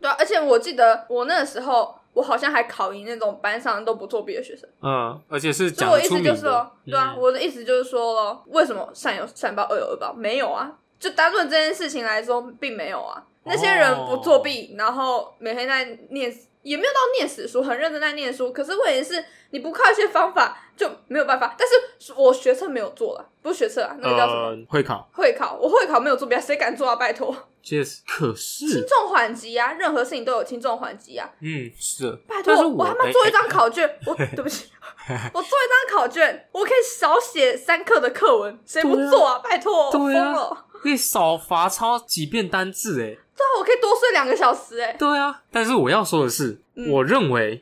Speaker 1: 对啊。而且我记得我那时候，我好像还考赢那种班上都不作弊的学生，
Speaker 2: 嗯，而且
Speaker 1: 所
Speaker 2: 是
Speaker 1: 以
Speaker 2: 讲
Speaker 1: 我
Speaker 2: 得
Speaker 1: 意
Speaker 2: 出
Speaker 1: 思
Speaker 2: 名
Speaker 1: 就是
Speaker 2: 的
Speaker 1: 哦，，对啊，
Speaker 2: 嗯
Speaker 1: 我的意思就是说咯，为什么善有善报，恶有恶报？没有啊，就单论这件事情来说，并没有啊。那些人
Speaker 2: 哦
Speaker 1: 不作弊，然后每天在念，也没有到念死书，很认真在念书。可是问题是，你不靠一些方法就没有办法。但是我学测没有做了，不是学测啊，那个叫什么？
Speaker 2: 呃，会考，
Speaker 1: 会考，我会考没有作弊啊，谁敢做啊？拜托，
Speaker 2: 确实，可是
Speaker 1: 轻，重缓急啊，任何事情都有轻重缓急啊。
Speaker 2: 嗯，是的，
Speaker 1: 拜托，
Speaker 2: 但是我
Speaker 1: 我他妈
Speaker 2: 哎
Speaker 1: 做
Speaker 2: 哎
Speaker 1: 一张考卷，
Speaker 2: <laughs>
Speaker 1: 我对不起， <laughs> 我做一张考卷，我可以少写三课的课文，谁不
Speaker 2: 对啊
Speaker 1: 做啊？拜托，我疯
Speaker 2: 对啊
Speaker 1: 了！
Speaker 2: 可以少罚抄几遍单字哎、
Speaker 1: 对啊，我可以多睡两个小时哎。
Speaker 2: 对啊，但是我要说的是，
Speaker 1: 嗯
Speaker 2: 我认为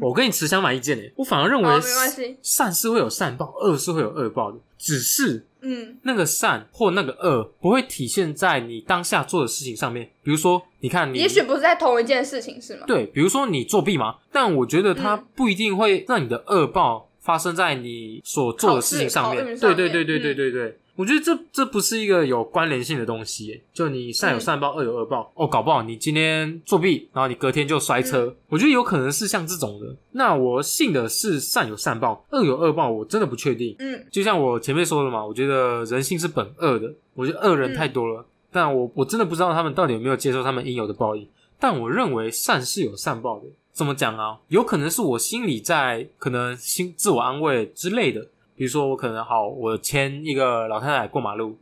Speaker 2: 我跟你持相反
Speaker 1: <laughs>
Speaker 2: 意见诶，哎我反而认为
Speaker 1: 好没关系
Speaker 2: 善是会有善报，恶是会有恶报的，只是
Speaker 1: 嗯，
Speaker 2: 那个善或那个恶不会体现在你当下做的事情上面。比如说，你看你
Speaker 1: 也许不是在同一件事情是吗？
Speaker 2: 对，比如说你作弊嘛，但我觉得它
Speaker 1: 啊嗯
Speaker 2: 不一定会让你的恶报发生在你所做的事情上面。
Speaker 1: 考试考
Speaker 2: 对
Speaker 1: 运
Speaker 2: 对
Speaker 1: 上
Speaker 2: 对
Speaker 1: 面嗯
Speaker 2: 对对对对，我觉得这这不是一个有关联性的东西耶，就你善有善报，恶有恶报。哦，搞不好你今天作弊，然后你隔天就摔车，
Speaker 1: 嗯
Speaker 2: 我觉得有可能是像这种的。那我信的是善有善报，恶有恶报，我真的不确定。
Speaker 1: 嗯，
Speaker 2: 就像我前面说的嘛，我觉得人性是本恶的，我觉得恶人太多了，但我我真的不知道他们到底有没有接受他们应有的报应。但我认为善是有善报的，怎么讲啊？有可能是我心里在可能心自我安慰之类的，比如说我可能好，我牵一个老太太过马路，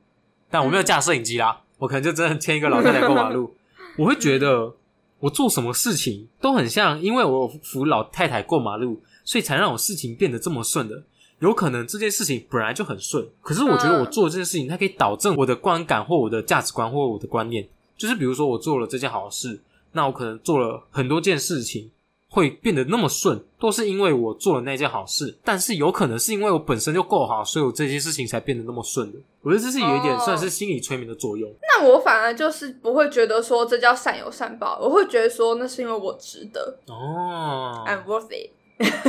Speaker 2: 但我没有架摄影机啦，我可能就真的牵一个老太太过马路，我会觉得我做什么事情都很像，因为我有扶老太太过马路，所以才让我事情变得这么顺的。有可能这件事情本来就很顺，可是我觉得
Speaker 1: 嗯
Speaker 2: 我做这件事情，它可以导正我的观感或我的价值观或我的观念。就是比如说，我做了这件好事，那我可能做了很多件事情会变得那么顺，都是因为我做了那件好事。但是有可能是因为我本身就够好，所以我这些事情才变得那么顺的。我觉得这是有一点
Speaker 1: 哦
Speaker 2: 算是心理催眠的作用。
Speaker 1: 那我反而就是不会觉得说这叫善有善报，我会觉得说那是因为我值得、
Speaker 2: 哦
Speaker 1: i m worth it。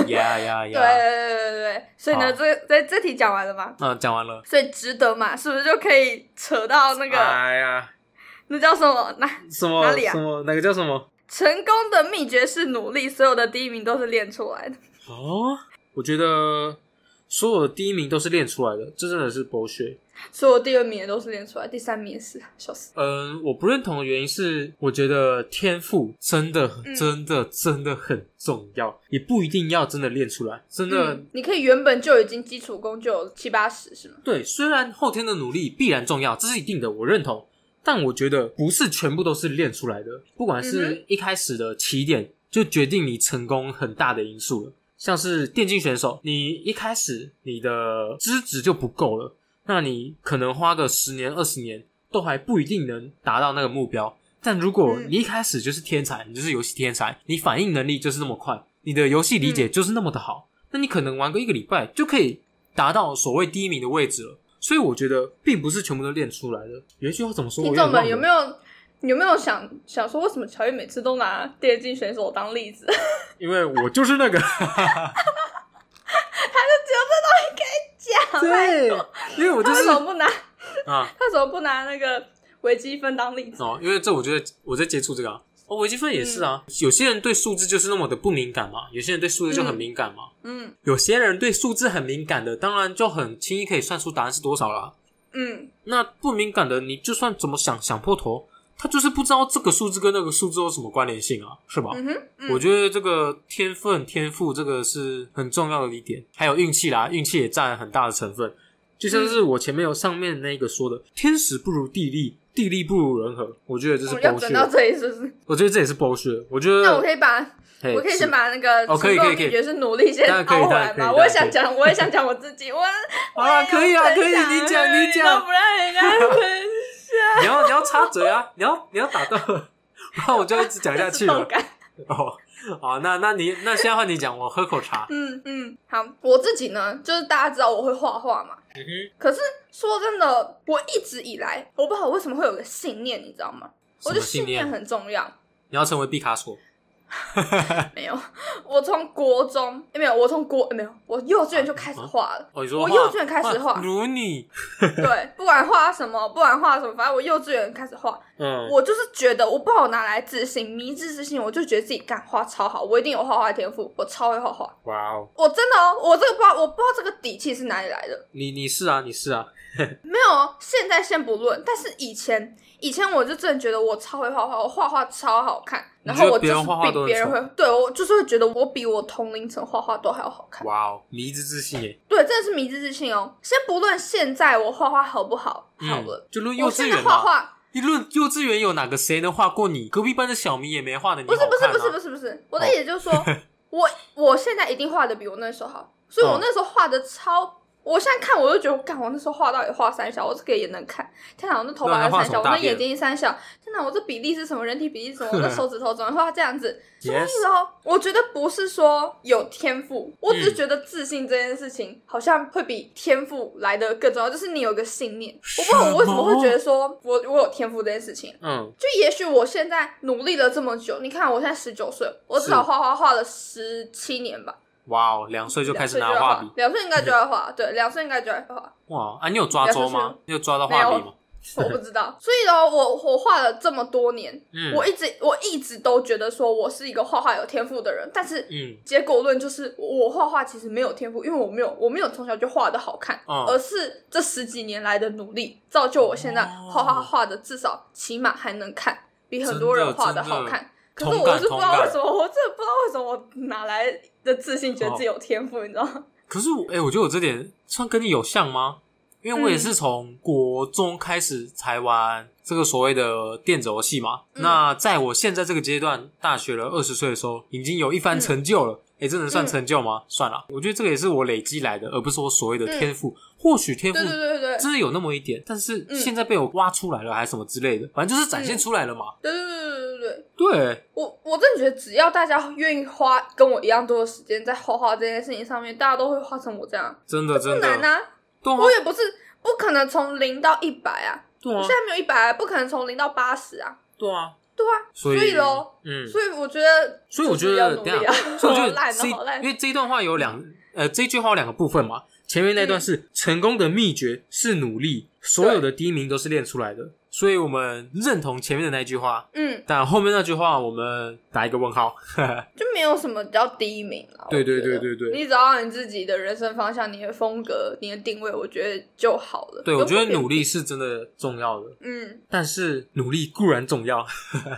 Speaker 2: 呀呀
Speaker 1: 嗯 <laughs> 对
Speaker 2: 呀！
Speaker 1: 对对对对，所以
Speaker 2: 好
Speaker 1: 呢，这这这题讲完了吗？
Speaker 2: 那嗯讲完了。
Speaker 1: 所以值得嘛，是不是就可以扯到那个、
Speaker 2: 哎呀，
Speaker 1: 那叫什么？那
Speaker 2: 什么
Speaker 1: 哪里啊
Speaker 2: 什么哪个叫什么？
Speaker 1: 成功的秘诀是努力，所有的第一名都是练出来的。
Speaker 2: 哦，我觉得所有的第一名都是练出来的，这真的是博学。
Speaker 1: 所有第二名也都是练出来，第三名也是，笑死。
Speaker 2: 嗯，我不认同的原因是，我觉得天赋真的
Speaker 1: 嗯、
Speaker 2: 真的、真的很重要，也不一定要真的练出来。真的，
Speaker 1: 嗯，你可以原本就已经基础功就有七八十，是吗？
Speaker 2: 对，虽然后天的努力必然重要，这是一定的，我认同。但我觉得不是全部都是练出来的，不管
Speaker 1: 嗯
Speaker 2: 是一开始的起点就决定你成功很大的因素了。像是电竞选手，你一开始你的资质就不够了，那你可能花个十年二十年都还不一定能达到那个目标。但如果
Speaker 1: 嗯
Speaker 2: 你一开始就是天才，你就是游戏天才，你反应能力就是那么快，你的游戏理
Speaker 1: 嗯
Speaker 2: 解就是那么的好，那你可能玩个一个礼拜就可以达到所谓第一名的位置了。所以我觉得并不是全部都练出来的。有一句话怎么说？
Speaker 1: 听众们有
Speaker 2: 有
Speaker 1: 没
Speaker 2: 有？
Speaker 1: 有有没有想想说，为什么乔伊每次都拿电竞选手当例子？ <laughs>
Speaker 2: 因为我就是那个，
Speaker 1: 讲
Speaker 2: 对，
Speaker 1: 哦
Speaker 2: 因为我就
Speaker 1: 他为
Speaker 2: 是
Speaker 1: 什么不拿？
Speaker 2: 啊
Speaker 1: 他为什么不拿那个微积分当例子？
Speaker 2: 哦，因为这我觉得我在接触这个啊。哦，微积分也是啊，
Speaker 1: 嗯
Speaker 2: 有些人对数字就是那么的不敏感嘛，有些人对数字就很敏感嘛，
Speaker 1: 嗯
Speaker 2: 有些人对数字很敏感的，当然就很轻易可以算出答案是多少啦。
Speaker 1: 嗯，
Speaker 2: 那不敏感的，你就算怎么想想破头，他就是不知道这个数字跟那个数字有什么关联性啊，是吧？
Speaker 1: 嗯哼，嗯
Speaker 2: 我觉得这个天分、天赋这个是很重要的一点，还有运气啦，运气也占很大的成分。就像
Speaker 1: 嗯
Speaker 2: 是我前面有上面那个说的，天时不如地利，地利不如人和，我觉得这是
Speaker 1: 我哦要
Speaker 2: 剥
Speaker 1: 转到
Speaker 2: 削。
Speaker 1: 这里是不是？
Speaker 2: 我觉得这也是剥削。我觉得，
Speaker 1: 那我可以把
Speaker 2: 嘿
Speaker 1: 我可以
Speaker 2: 是
Speaker 1: 先把那个
Speaker 2: 哦可以
Speaker 1: 成功
Speaker 2: 可以可以
Speaker 1: 秘诀是努力先
Speaker 2: 当然可以
Speaker 1: 凹回来
Speaker 2: 当
Speaker 1: 嘛。
Speaker 2: 然可以
Speaker 1: 我也
Speaker 2: 当然可
Speaker 1: 想
Speaker 2: 以
Speaker 1: 讲，我也想讲我自己，我
Speaker 2: <laughs> 好啊，可
Speaker 1: 哎
Speaker 2: 以啊，可以，你讲，你
Speaker 1: <laughs>
Speaker 2: 讲
Speaker 1: 都，不让人家
Speaker 2: <laughs>
Speaker 1: <laughs> 分
Speaker 2: 你要你要插嘴啊，你要你要打断我， <laughs> 那我就一直讲下去
Speaker 1: 享动
Speaker 2: 了。
Speaker 1: 感。
Speaker 2: 哦，好，那那你那现在换你讲，我喝口茶。
Speaker 1: 嗯嗯，好，我自己呢，就是大家知道我会画画嘛。可是说真的，我一直以来，我不知道我为什么会有个信念，你知道吗？我觉
Speaker 2: 什么
Speaker 1: 得信
Speaker 2: 信念
Speaker 1: 念？很重要。
Speaker 2: 你要成为毕卡索？
Speaker 1: 没有，我从国中没有，我从国没有，我幼稚园就开始画了。
Speaker 2: 哦，你说
Speaker 1: 我
Speaker 2: 画
Speaker 1: 幼稚园开始画
Speaker 2: 如你，
Speaker 1: 对，不管画什么，不管画什么，反正我幼稚园开始画，
Speaker 2: 嗯，
Speaker 1: 我就是觉得我不好拿来自信，迷之自信，我就觉得自己干画超好，我一定有画画天赋，我超会画画。
Speaker 2: 哇哦，
Speaker 1: 我真的哦，我这个不知道，我不知道这个底气是哪里来的。
Speaker 2: 你你是啊，你是啊，
Speaker 1: 没有哦，现在先不论，但是以
Speaker 2: 嗯
Speaker 1: 前以前我就真的觉得我超会画画，我画画超好看，
Speaker 2: 你
Speaker 1: 然
Speaker 2: 觉得
Speaker 1: 后我就
Speaker 2: 别
Speaker 1: 是
Speaker 2: 人画画都
Speaker 1: 比
Speaker 2: 很
Speaker 1: 别人会，对我就是会觉得我比我同龄层画画都还要好看，
Speaker 2: 哇哦，迷之自信耶，
Speaker 1: 对，真的是迷之自信哦。先不论现在我画画好不好，好了，
Speaker 2: 嗯，就论
Speaker 1: 我
Speaker 2: 幼稚
Speaker 1: 现在
Speaker 2: 园
Speaker 1: 画
Speaker 2: 嘛，
Speaker 1: 画
Speaker 2: 一论幼稚园有哪个谁能画过你？隔壁班的小明也没画的你
Speaker 1: 不是
Speaker 2: 好
Speaker 1: 不是
Speaker 2: 看啊
Speaker 1: 不是不是不是，我的
Speaker 2: 哦
Speaker 1: 意思就是
Speaker 2: <laughs>
Speaker 1: 说，我我现在一定画的比我那时候好，所以我
Speaker 2: 哦
Speaker 1: 那时候画的超。我现在看我就觉得，干我那时候画到底画三小，我这个也能看。天哪，我那头
Speaker 2: 那
Speaker 1: 发
Speaker 2: 你
Speaker 1: 是
Speaker 2: 画
Speaker 1: 三
Speaker 2: 什
Speaker 1: 小，
Speaker 2: 么
Speaker 1: 我
Speaker 2: 大
Speaker 1: 那
Speaker 2: 便
Speaker 1: 眼睛是三小。天哪，我这比例是什么？人体比例是什么？我
Speaker 2: <laughs>
Speaker 1: 的手指头怎么画这样子？
Speaker 2: ，yes，
Speaker 1: 是哦，我觉得不是说有天赋，我只
Speaker 2: 嗯
Speaker 1: 是觉得自信这件事情好像会比天赋来的更重要，就是你有个信念。我不知道我为什么会觉得说我我有天赋这件事情，
Speaker 2: 嗯，
Speaker 1: 就也许我现在努力了这么久，你看我现在十九岁，我至少
Speaker 2: 是
Speaker 1: 画画画了十七年吧，
Speaker 2: 哇哦，两岁就开始拿
Speaker 1: 两岁就要
Speaker 2: 画
Speaker 1: 画
Speaker 2: 笔，，
Speaker 1: 两岁应该就要画，对，两岁应该就要画，
Speaker 2: 哇啊，你有抓周
Speaker 1: 两岁
Speaker 2: 吗
Speaker 1: 是？
Speaker 2: 你有抓到画
Speaker 1: 没
Speaker 2: 笔
Speaker 1: 有
Speaker 2: 吗？
Speaker 1: 我不知
Speaker 2: <laughs>
Speaker 1: 道。所以呢，我我画了这么多年，
Speaker 2: 嗯，
Speaker 1: 我一直我一直都觉得说我是一个画画有天赋的人，但是
Speaker 2: 嗯
Speaker 1: 结果论就是我画画其实没有天赋，因为我没有我没有从小就画的好看，
Speaker 2: 哦
Speaker 1: 而是这十几年来的努力造就我现在
Speaker 2: 哦
Speaker 1: 画画画的至少起码还能看，比很多人画得好看。可
Speaker 2: 真的
Speaker 1: 是我是不知
Speaker 2: 同感
Speaker 1: 道为什么，我真的不知道为什么我哪来的自信，觉得自己有天
Speaker 2: 哦
Speaker 1: 赋，你知道吗？
Speaker 2: 可是我哎、我觉得我这点算跟你有像吗？因
Speaker 1: 嗯
Speaker 2: 为我也是从国中开始才玩这个所谓的电子游戏嘛。
Speaker 1: 嗯嗯
Speaker 2: 那在我现在这个阶段，大学了二十岁的时候，已经有一番成就了。哎、诶，这能算成就吗？算了，我觉得这个也是我累积来的，而不是我所谓的天赋。或许天
Speaker 1: 嗯
Speaker 2: 赋
Speaker 1: 对对对对对
Speaker 2: 真的有那么一点，但是
Speaker 1: 嗯
Speaker 2: 现在被我挖出来了，还是什么之类的，反正就是展现出来了嘛。
Speaker 1: 对对对对对对，
Speaker 2: 对，
Speaker 1: 我我真的觉得只要大家愿意花跟我一样多的时间在画画这件事情上面，大家都会画成我这样，
Speaker 2: 真的
Speaker 1: 不
Speaker 2: 真
Speaker 1: 难
Speaker 2: 的，
Speaker 1: 啊。
Speaker 2: 对啊
Speaker 1: 我也不是不可能从零到一百啊，
Speaker 2: 对
Speaker 1: 我
Speaker 2: 啊
Speaker 1: 现，在没有一百、啊，不可能从零到八十啊，
Speaker 2: 对啊，
Speaker 1: 对啊，
Speaker 2: 所以
Speaker 1: 所以咯，
Speaker 2: 嗯，
Speaker 1: 所以我觉得，
Speaker 2: 所以我觉
Speaker 1: 要
Speaker 2: 得，
Speaker 1: 努
Speaker 2: 等
Speaker 1: 力
Speaker 2: 一
Speaker 1: 啊
Speaker 2: 下，所以我觉
Speaker 1: <laughs> 好烂
Speaker 2: 得
Speaker 1: 哦
Speaker 2: 这一
Speaker 1: 好烂
Speaker 2: 因为这一段话有两呃，这一句话有两个部分嘛。前面那段是、
Speaker 1: 嗯
Speaker 2: 成功的秘诀是努力，所有的第一名都是练出来的，所以我们认同前面的那一句话，
Speaker 1: 嗯，
Speaker 2: 但后面那句话我们打一个问号。
Speaker 1: 就没有什么叫第一名了。
Speaker 2: 对
Speaker 1: 我觉得
Speaker 2: 对对对对
Speaker 1: 你只要你自己的人生方向、你的风格、你的定位，我觉得就好了。
Speaker 2: 对，
Speaker 1: 都
Speaker 2: 我
Speaker 1: 不
Speaker 2: 觉得
Speaker 1: 变
Speaker 2: 努力是真的重要的，
Speaker 1: 嗯
Speaker 2: 但是努力固然重要。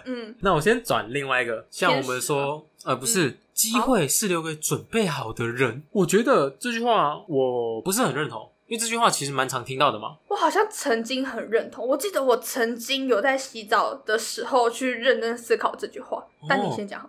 Speaker 1: 嗯，
Speaker 2: 那我先转另外一个，像我
Speaker 1: 天
Speaker 2: 们
Speaker 1: 使啊嗯
Speaker 2: 说，呃，不是，机会是留给准备好的人。我觉得这句话我不是很认同，因为这句话其实蛮常听到的嘛。
Speaker 1: 我好像曾经很认同，我记得我曾经有在洗澡的时候去认真思考这句话。
Speaker 2: 哦
Speaker 1: 但你先讲，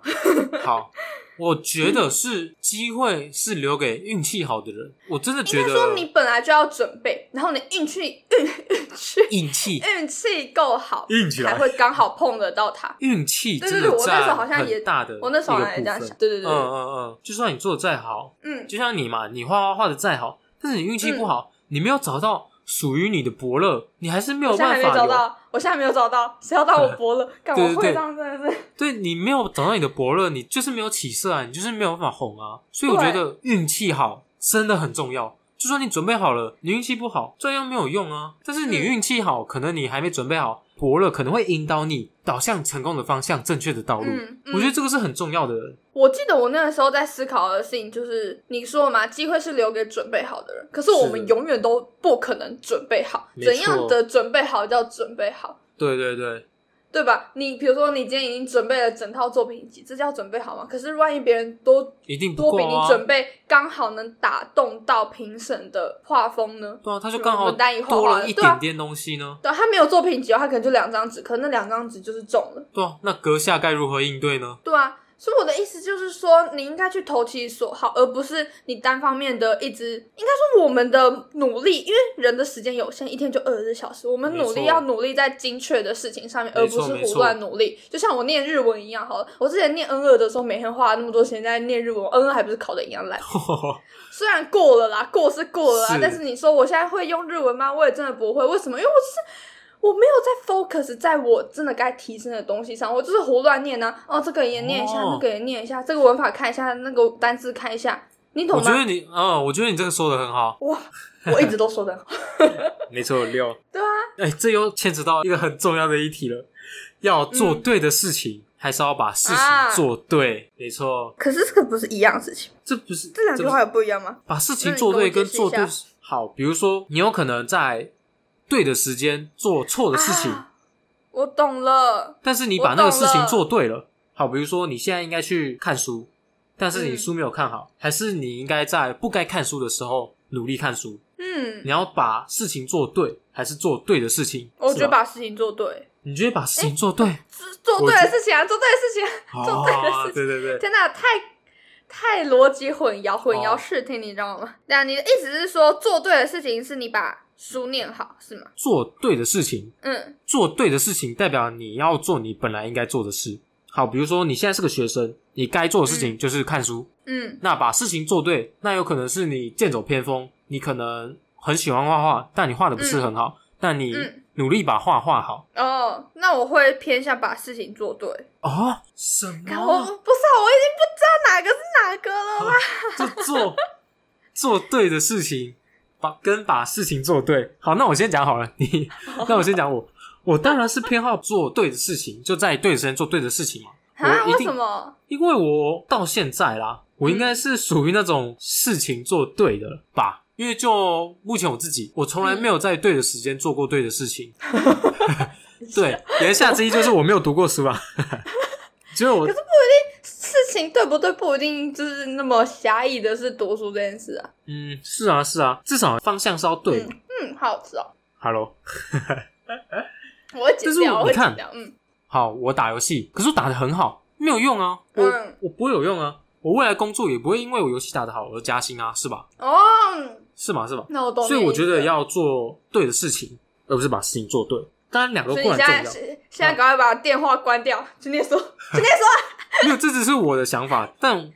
Speaker 2: 好，我觉得是机会是留给运气好的人。我真的
Speaker 1: 应
Speaker 2: 觉
Speaker 1: 该说
Speaker 2: 得
Speaker 1: 你本来就要准备，然后你运气运运
Speaker 2: <laughs>
Speaker 1: 气
Speaker 2: 运气
Speaker 1: 运气够好，
Speaker 2: <laughs> 运啊起来
Speaker 1: 才会刚好碰得到它。
Speaker 2: 运气
Speaker 1: 对
Speaker 2: 真
Speaker 1: 对对
Speaker 2: 的
Speaker 1: 我那时候
Speaker 2: 占
Speaker 1: 好像也
Speaker 2: 很大的
Speaker 1: 我那时候
Speaker 2: 一
Speaker 1: 好
Speaker 2: 个
Speaker 1: 像也这样
Speaker 2: 部分
Speaker 1: 想，对对
Speaker 2: 嗯
Speaker 1: 对，
Speaker 2: 嗯嗯，就算你做的再好，
Speaker 1: 嗯
Speaker 2: 就像你嘛，你画画画的再好，但是你运气不好，你没有找到属于你的伯乐，你还是没
Speaker 1: 我
Speaker 2: 有
Speaker 1: 现在
Speaker 2: 办
Speaker 1: 还没
Speaker 2: 法
Speaker 1: 找
Speaker 2: 有。
Speaker 1: 到，我现在没有找
Speaker 2: <laughs>
Speaker 1: 到，谁要当我伯乐？干，
Speaker 2: 对
Speaker 1: 我
Speaker 2: 对
Speaker 1: 会
Speaker 2: 对
Speaker 1: 当真的是， <laughs>
Speaker 2: 对你没有找到你的伯乐，你就是没有起色啊，你就是没有办法红啊。所以我觉得运气好真的很重要。就算你准备好了，你运气不好，这样没有用啊。但是你
Speaker 1: 嗯
Speaker 2: 运气好，可能你还没准备好，伯乐可能会引导你导向成功的方向、正确的道路。
Speaker 1: 嗯，嗯
Speaker 2: 我觉得这个是很重要的。
Speaker 1: 我记得我那个时候在思考的事情就是，你说嘛，机会是留给准备好的人，可是我们
Speaker 2: 是
Speaker 1: 永远都不可能准备好。
Speaker 2: 没错
Speaker 1: 怎样的准备好叫准备好，
Speaker 2: 对对对，
Speaker 1: 对吧？你比如说，你今天已经准备了整套作品集，这叫准备好吗？可是万一别人多
Speaker 2: 一定不
Speaker 1: 多
Speaker 2: 够
Speaker 1: 比你
Speaker 2: 啊。
Speaker 1: 准备刚好能打动到评审的画风呢？
Speaker 2: 对啊，他就刚
Speaker 1: 我
Speaker 2: 好
Speaker 1: 们单一画画
Speaker 2: 多了一
Speaker 1: 对啊
Speaker 2: 点点东西呢。
Speaker 1: 对，他没有作品集哦，他可能就两张纸，可能那两张纸就是中了。
Speaker 2: 对啊，那阁下该如何应对呢？ <laughs>
Speaker 1: 对啊，所以我的意思就是说，你应该去投其所好，而不是你单方面的一直。应该说，我们的努力，因为人的时间有限，一天就二十四小时，我们
Speaker 2: 没
Speaker 1: 努力
Speaker 2: 错
Speaker 1: 要努力在精确的事情上面，而
Speaker 2: 没
Speaker 1: 不
Speaker 2: 错
Speaker 1: 是
Speaker 2: 没
Speaker 1: 胡
Speaker 2: 错
Speaker 1: 乱努力。就像我念日文一样，好了，我之前念 N 二的时候，每天花了那么多时间在念日文，N 二还不是考的一样烂。虽然过了啦，过是过了啦，
Speaker 2: 是
Speaker 1: 但是你说我现在会用日文吗？我也真的不会。为什么？因为我就是我没有在 focus 在我真的该提升的东西上，我就是胡乱念呢、啊。哦，这个也念一下，
Speaker 2: 哦
Speaker 1: 那个也念一下，这个文法看一下，那个单字看一下，你懂
Speaker 2: 我觉
Speaker 1: 吗？
Speaker 2: 得你，嗯，我觉得你这个说的很好。
Speaker 1: 哇，我一直都说的，
Speaker 2: <laughs> 没错，六。
Speaker 1: <laughs> 对啊，
Speaker 2: 哎、这又牵扯到一个很重要的议题了，要做
Speaker 1: 嗯
Speaker 2: 对的事情，还是要把事
Speaker 1: 啊
Speaker 2: 情做对？没错，
Speaker 1: 可是这个不是一样的事情，
Speaker 2: 这不是
Speaker 1: 这两句
Speaker 2: 不是
Speaker 1: 话有不一样吗？
Speaker 2: 把事
Speaker 1: 那
Speaker 2: 情
Speaker 1: 你
Speaker 2: 做
Speaker 1: 跟我
Speaker 2: 对跟
Speaker 1: 解释
Speaker 2: 做
Speaker 1: 一
Speaker 2: 对
Speaker 1: 下
Speaker 2: 好，比如说你有可能在对的时间做错的事情，
Speaker 1: 啊我懂了，
Speaker 2: 但是你
Speaker 1: 我
Speaker 2: 把那个
Speaker 1: 懂
Speaker 2: 事情
Speaker 1: 了
Speaker 2: 做对了，好，比如说你现在应该去看书，但是你
Speaker 1: 嗯
Speaker 2: 书没有看好，还是你应该在不该看书的时候努力看书？
Speaker 1: 嗯
Speaker 2: 你，要把事情做对，还是做对的事情？
Speaker 1: 我
Speaker 2: 是
Speaker 1: 觉得
Speaker 2: 吧
Speaker 1: 把事情做对，
Speaker 2: 你觉得把事情做对，
Speaker 1: 做做对的事情啊，做对的事情啊、 <laughs> 做对的事
Speaker 2: 哦
Speaker 1: 情，
Speaker 2: 对对
Speaker 1: <laughs>
Speaker 2: 对，
Speaker 1: 天哪，太太逻辑混淆，混淆
Speaker 2: 哦
Speaker 1: 视听，你知道吗？那、你的意思是说，做对的事情是你把书念好，是吗？
Speaker 2: 做对的事情，
Speaker 1: 嗯
Speaker 2: 做对的事情代表你要做你本来应该做的事。好，比如说你现在是个学生，你该做的事情就是看书。
Speaker 1: 嗯
Speaker 2: 那把事情做对，那有可能是你剑走偏锋，你可能很喜欢画画，但你画的不是很好，但你
Speaker 1: 嗯
Speaker 2: 努力把画画好。
Speaker 1: 哦，那我会偏向把事情做对。
Speaker 2: 哦，什
Speaker 1: 看我不是
Speaker 2: 么？
Speaker 1: 啊，我已经不知道哪个是哪个了啦。
Speaker 2: 就做做对的事情，把跟把事情做对。好，那我先讲好了，你那我先讲我，我当然是偏好做对的事情，就在对的时间做对的事情嘛。
Speaker 1: 啊，
Speaker 2: 我一
Speaker 1: 为
Speaker 2: 定
Speaker 1: 什么？
Speaker 2: 因为我到现在啦，我应该
Speaker 1: 嗯
Speaker 2: 是属于那种事情做对的吧。因为就目前我自己，我从来没有在对的时间做过对的
Speaker 1: <laughs>
Speaker 2: 事情。对，言下之意就是我没有读过书啊。 <laughs> 就是我
Speaker 1: 可是事情对不对不一定就是那么狭义的是读书这件事啊。
Speaker 2: 嗯，是啊是啊，至少方向是要对的。
Speaker 1: 嗯，好好吃哦，
Speaker 2: Hello，
Speaker 1: 我会剪
Speaker 2: 但是
Speaker 1: 掉，
Speaker 2: 我
Speaker 1: 我会
Speaker 2: 你看
Speaker 1: 剪掉。嗯
Speaker 2: 好，我打游戏，可是我打的很好，没有用啊，我、
Speaker 1: 嗯
Speaker 2: 我不会有用啊。我未来工作也不会因为我游戏打得好而加薪啊，是吧？
Speaker 1: 哦，
Speaker 2: 是吗？是吧？
Speaker 1: 那我懂你的意思。
Speaker 2: 所以我觉得要做对的事情，而不是把事情做对。当然，两个
Speaker 1: 所以
Speaker 2: 固
Speaker 1: 你现在
Speaker 2: 然重要，
Speaker 1: 是现在赶快把电话关掉，今天说，今天说，
Speaker 2: 没有，这只是我的想法，但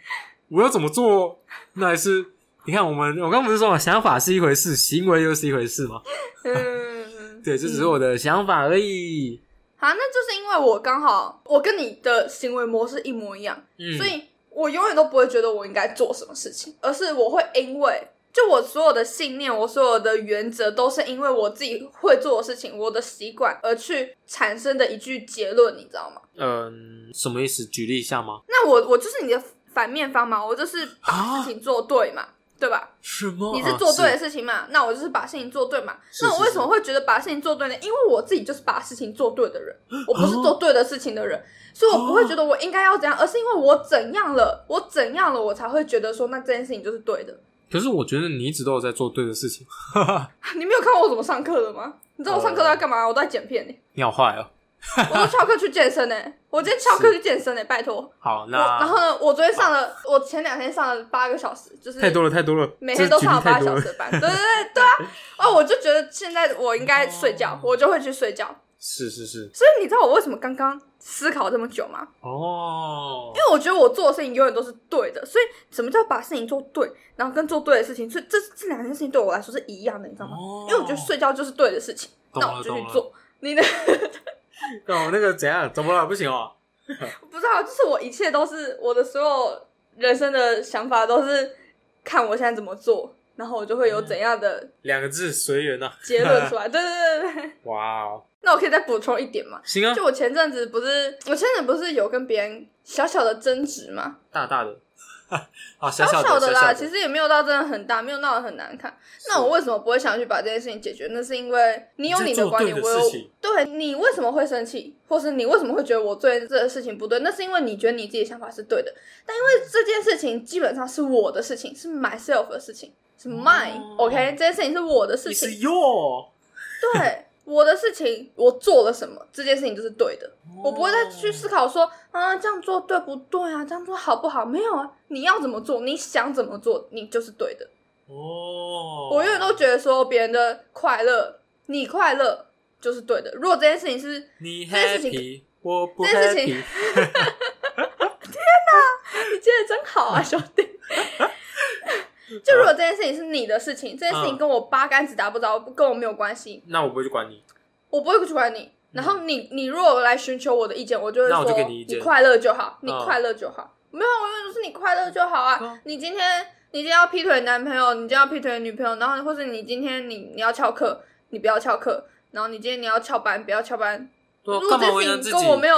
Speaker 2: 我要怎么做，那还是你看我们，我刚不是说嘛，想法是一回事，行为又是一回事嘛。
Speaker 1: 嗯，
Speaker 2: 对，这只是我的想法而已。
Speaker 1: <laughs> 好，那就是因为我刚好我跟你的行为模式一模一样，
Speaker 2: 嗯，
Speaker 1: 所以我永远都不会觉得我应该做什么事情，而是我会因为就我所有的信念，我所有的原则，都是因为我自己会做的事情，我的习惯而去产生的一句结论，你知道吗？
Speaker 2: 嗯、什么意思？举例一下吗？
Speaker 1: 那我我就是你的反面方嘛，我就是把
Speaker 2: 啊
Speaker 1: 事情做对嘛，对吧？
Speaker 2: 什么？
Speaker 1: 你是做对
Speaker 2: 啊
Speaker 1: 的事情嘛？那我就是把事情做对嘛。
Speaker 2: 是
Speaker 1: 那我为
Speaker 2: 是
Speaker 1: 什么会觉得把事情做对呢？因为我自己就是把事情做对的人，
Speaker 2: 哦
Speaker 1: 我不是做对的事情的人，所以我不会觉得我应该要怎样，而是因为我怎样了，我怎样了，我才会觉得说那这件事情就是对的。 <laughs>
Speaker 2: 可是我觉得你一直都有在做对的事情，
Speaker 1: 你没有看过我怎么上课的吗？你知道我上课都在干嘛？我都在剪片
Speaker 2: <laughs>
Speaker 1: 呢、
Speaker 2: 你好坏哦。
Speaker 1: 我都翘课去健身呢、我今天翘课去健身呢、拜托。
Speaker 2: 好，
Speaker 1: 我
Speaker 2: 那
Speaker 1: 然后呢，我昨天上了，我前两天上了八个小时，就是
Speaker 2: 太多了，太多了，
Speaker 1: 每天都
Speaker 2: 这举例
Speaker 1: 上八
Speaker 2: 太
Speaker 1: 小
Speaker 2: 多
Speaker 1: 时
Speaker 2: 了。
Speaker 1: 的班，对对对对啊！哦，我就觉得现在我应该睡觉
Speaker 2: 哦，
Speaker 1: 我就会去睡觉。
Speaker 2: 是是是，
Speaker 1: 所以你知道我为什么刚刚思考这么久吗？
Speaker 2: 哦，
Speaker 1: 因为我觉得我做的事情永远都是对的，所以什么叫把事情做对，然后跟做对的事情，这这这两件事情对我来说是一样的，你知道吗？
Speaker 2: 哦
Speaker 1: 因为我觉得睡觉就是对的事情，
Speaker 2: 懂了
Speaker 1: 那我就去
Speaker 2: 懂了
Speaker 1: 做。你的 <laughs>
Speaker 2: 哦，那个怎样？怎么了？不行哦。
Speaker 1: 不知道，就是我一切都是我的所有人生的想法都是看我现在怎么做，然后我就会
Speaker 2: 嗯
Speaker 1: 有怎样的
Speaker 2: 两个字随缘呐。
Speaker 1: 结论出来。对对对对对，
Speaker 2: 哇哦，
Speaker 1: 那我可以再补充一点吗？
Speaker 2: 行啊
Speaker 1: <laughs> 就，我前阵子不是，我前阵子不是有跟别人小小的争执吗？
Speaker 2: 大大的， <laughs> 好小
Speaker 1: 小
Speaker 2: 小的
Speaker 1: 的啦，其
Speaker 2: 实
Speaker 1: 实也没有到真的很大，没有闹得很难看。那我为什么不会想去把这件事情解决？那是因为你有你
Speaker 2: 你在做
Speaker 1: 观点，
Speaker 2: 对的
Speaker 1: 我有
Speaker 2: 事情
Speaker 1: 对你为什么会生气，或是你为什么会觉得我做这个事情不对？那是因为你觉得你自己的想法是对的，但因为这件事情基本上是我的事情，是 myself 的事情，是 mine，OK，、这件事情是我的事
Speaker 2: 你
Speaker 1: 情
Speaker 2: 是，哟，
Speaker 1: 对我的事情，我做了什么，这件事情就是对的。我不会再去思考说，啊，这样做对不对啊？这样做好不好？没有啊，你要怎么做，你想怎么做，你就是对的。
Speaker 2: 哦。
Speaker 1: 我永远都觉得说，别人的快乐，你快乐就是对的。如果这件事情是 <laughs>
Speaker 2: 你
Speaker 1: 这件事情
Speaker 2: happy，我不
Speaker 1: 这件事情
Speaker 2: happy。
Speaker 1: 你接的真好啊，兄弟。 <laughs> 就如果这件事情是你的事情，这件事情
Speaker 2: 嗯
Speaker 1: 跟我八竿子打不着，跟我没有关系，
Speaker 2: 那我不会去管你。
Speaker 1: 我不会去管你。然后你你如果来寻求我的意见，我就会
Speaker 2: 嗯那我
Speaker 1: 说
Speaker 2: 就给你意见
Speaker 1: 快乐就好，
Speaker 2: 嗯
Speaker 1: 你快乐就好。没有，我永远都是你快乐就好啊。
Speaker 2: 嗯
Speaker 1: 你今天你今天要劈腿男朋友，你今天要劈腿女朋友，然后或者你今天你你要翘课，你不要翘课，然后你今天你要翘班，不要翘班。
Speaker 2: 对啊
Speaker 1: 如果
Speaker 2: 干
Speaker 1: 这
Speaker 2: 嘛为
Speaker 1: 件
Speaker 2: 难
Speaker 1: 事
Speaker 2: 自
Speaker 1: 情
Speaker 2: 己？
Speaker 1: 跟我没有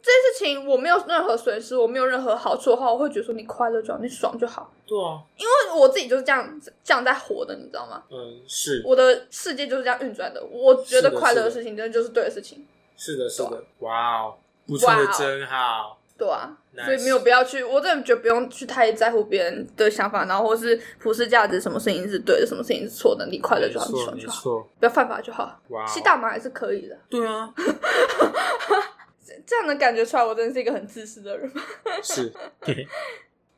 Speaker 1: 这件事情我没有任何损失，我没有任何好处的话，我会觉得说你快乐就好，你爽就好。
Speaker 2: 对啊，
Speaker 1: 因为我自己就是这样这样在活的，你知道吗？
Speaker 2: 嗯，是
Speaker 1: 我的世界就是这样运转的。我觉得
Speaker 2: 是的
Speaker 1: 快乐的
Speaker 2: 是的
Speaker 1: 事情，真的就是对的事情。
Speaker 2: 是的，是
Speaker 1: 对啊
Speaker 2: 的。哇哦，补充的
Speaker 1: 哇哦
Speaker 2: 真好。
Speaker 1: 对啊
Speaker 2: Nice
Speaker 1: 所以没有必要去，我真的觉得不用去太在乎别人的想法，然后或是普世价值，什么事情是对的，什么事情是错的，你快乐
Speaker 2: 没
Speaker 1: 就好，你
Speaker 2: 错，
Speaker 1: 爽
Speaker 2: 没
Speaker 1: 就好，
Speaker 2: 错。
Speaker 1: 不要犯法就好。
Speaker 2: 哇哦，
Speaker 1: 吸大麻还是可以
Speaker 2: <laughs>
Speaker 1: 的，
Speaker 2: 对啊，
Speaker 1: 这样能感觉出来我真的是一个很自私的人吗？
Speaker 2: <laughs> 是。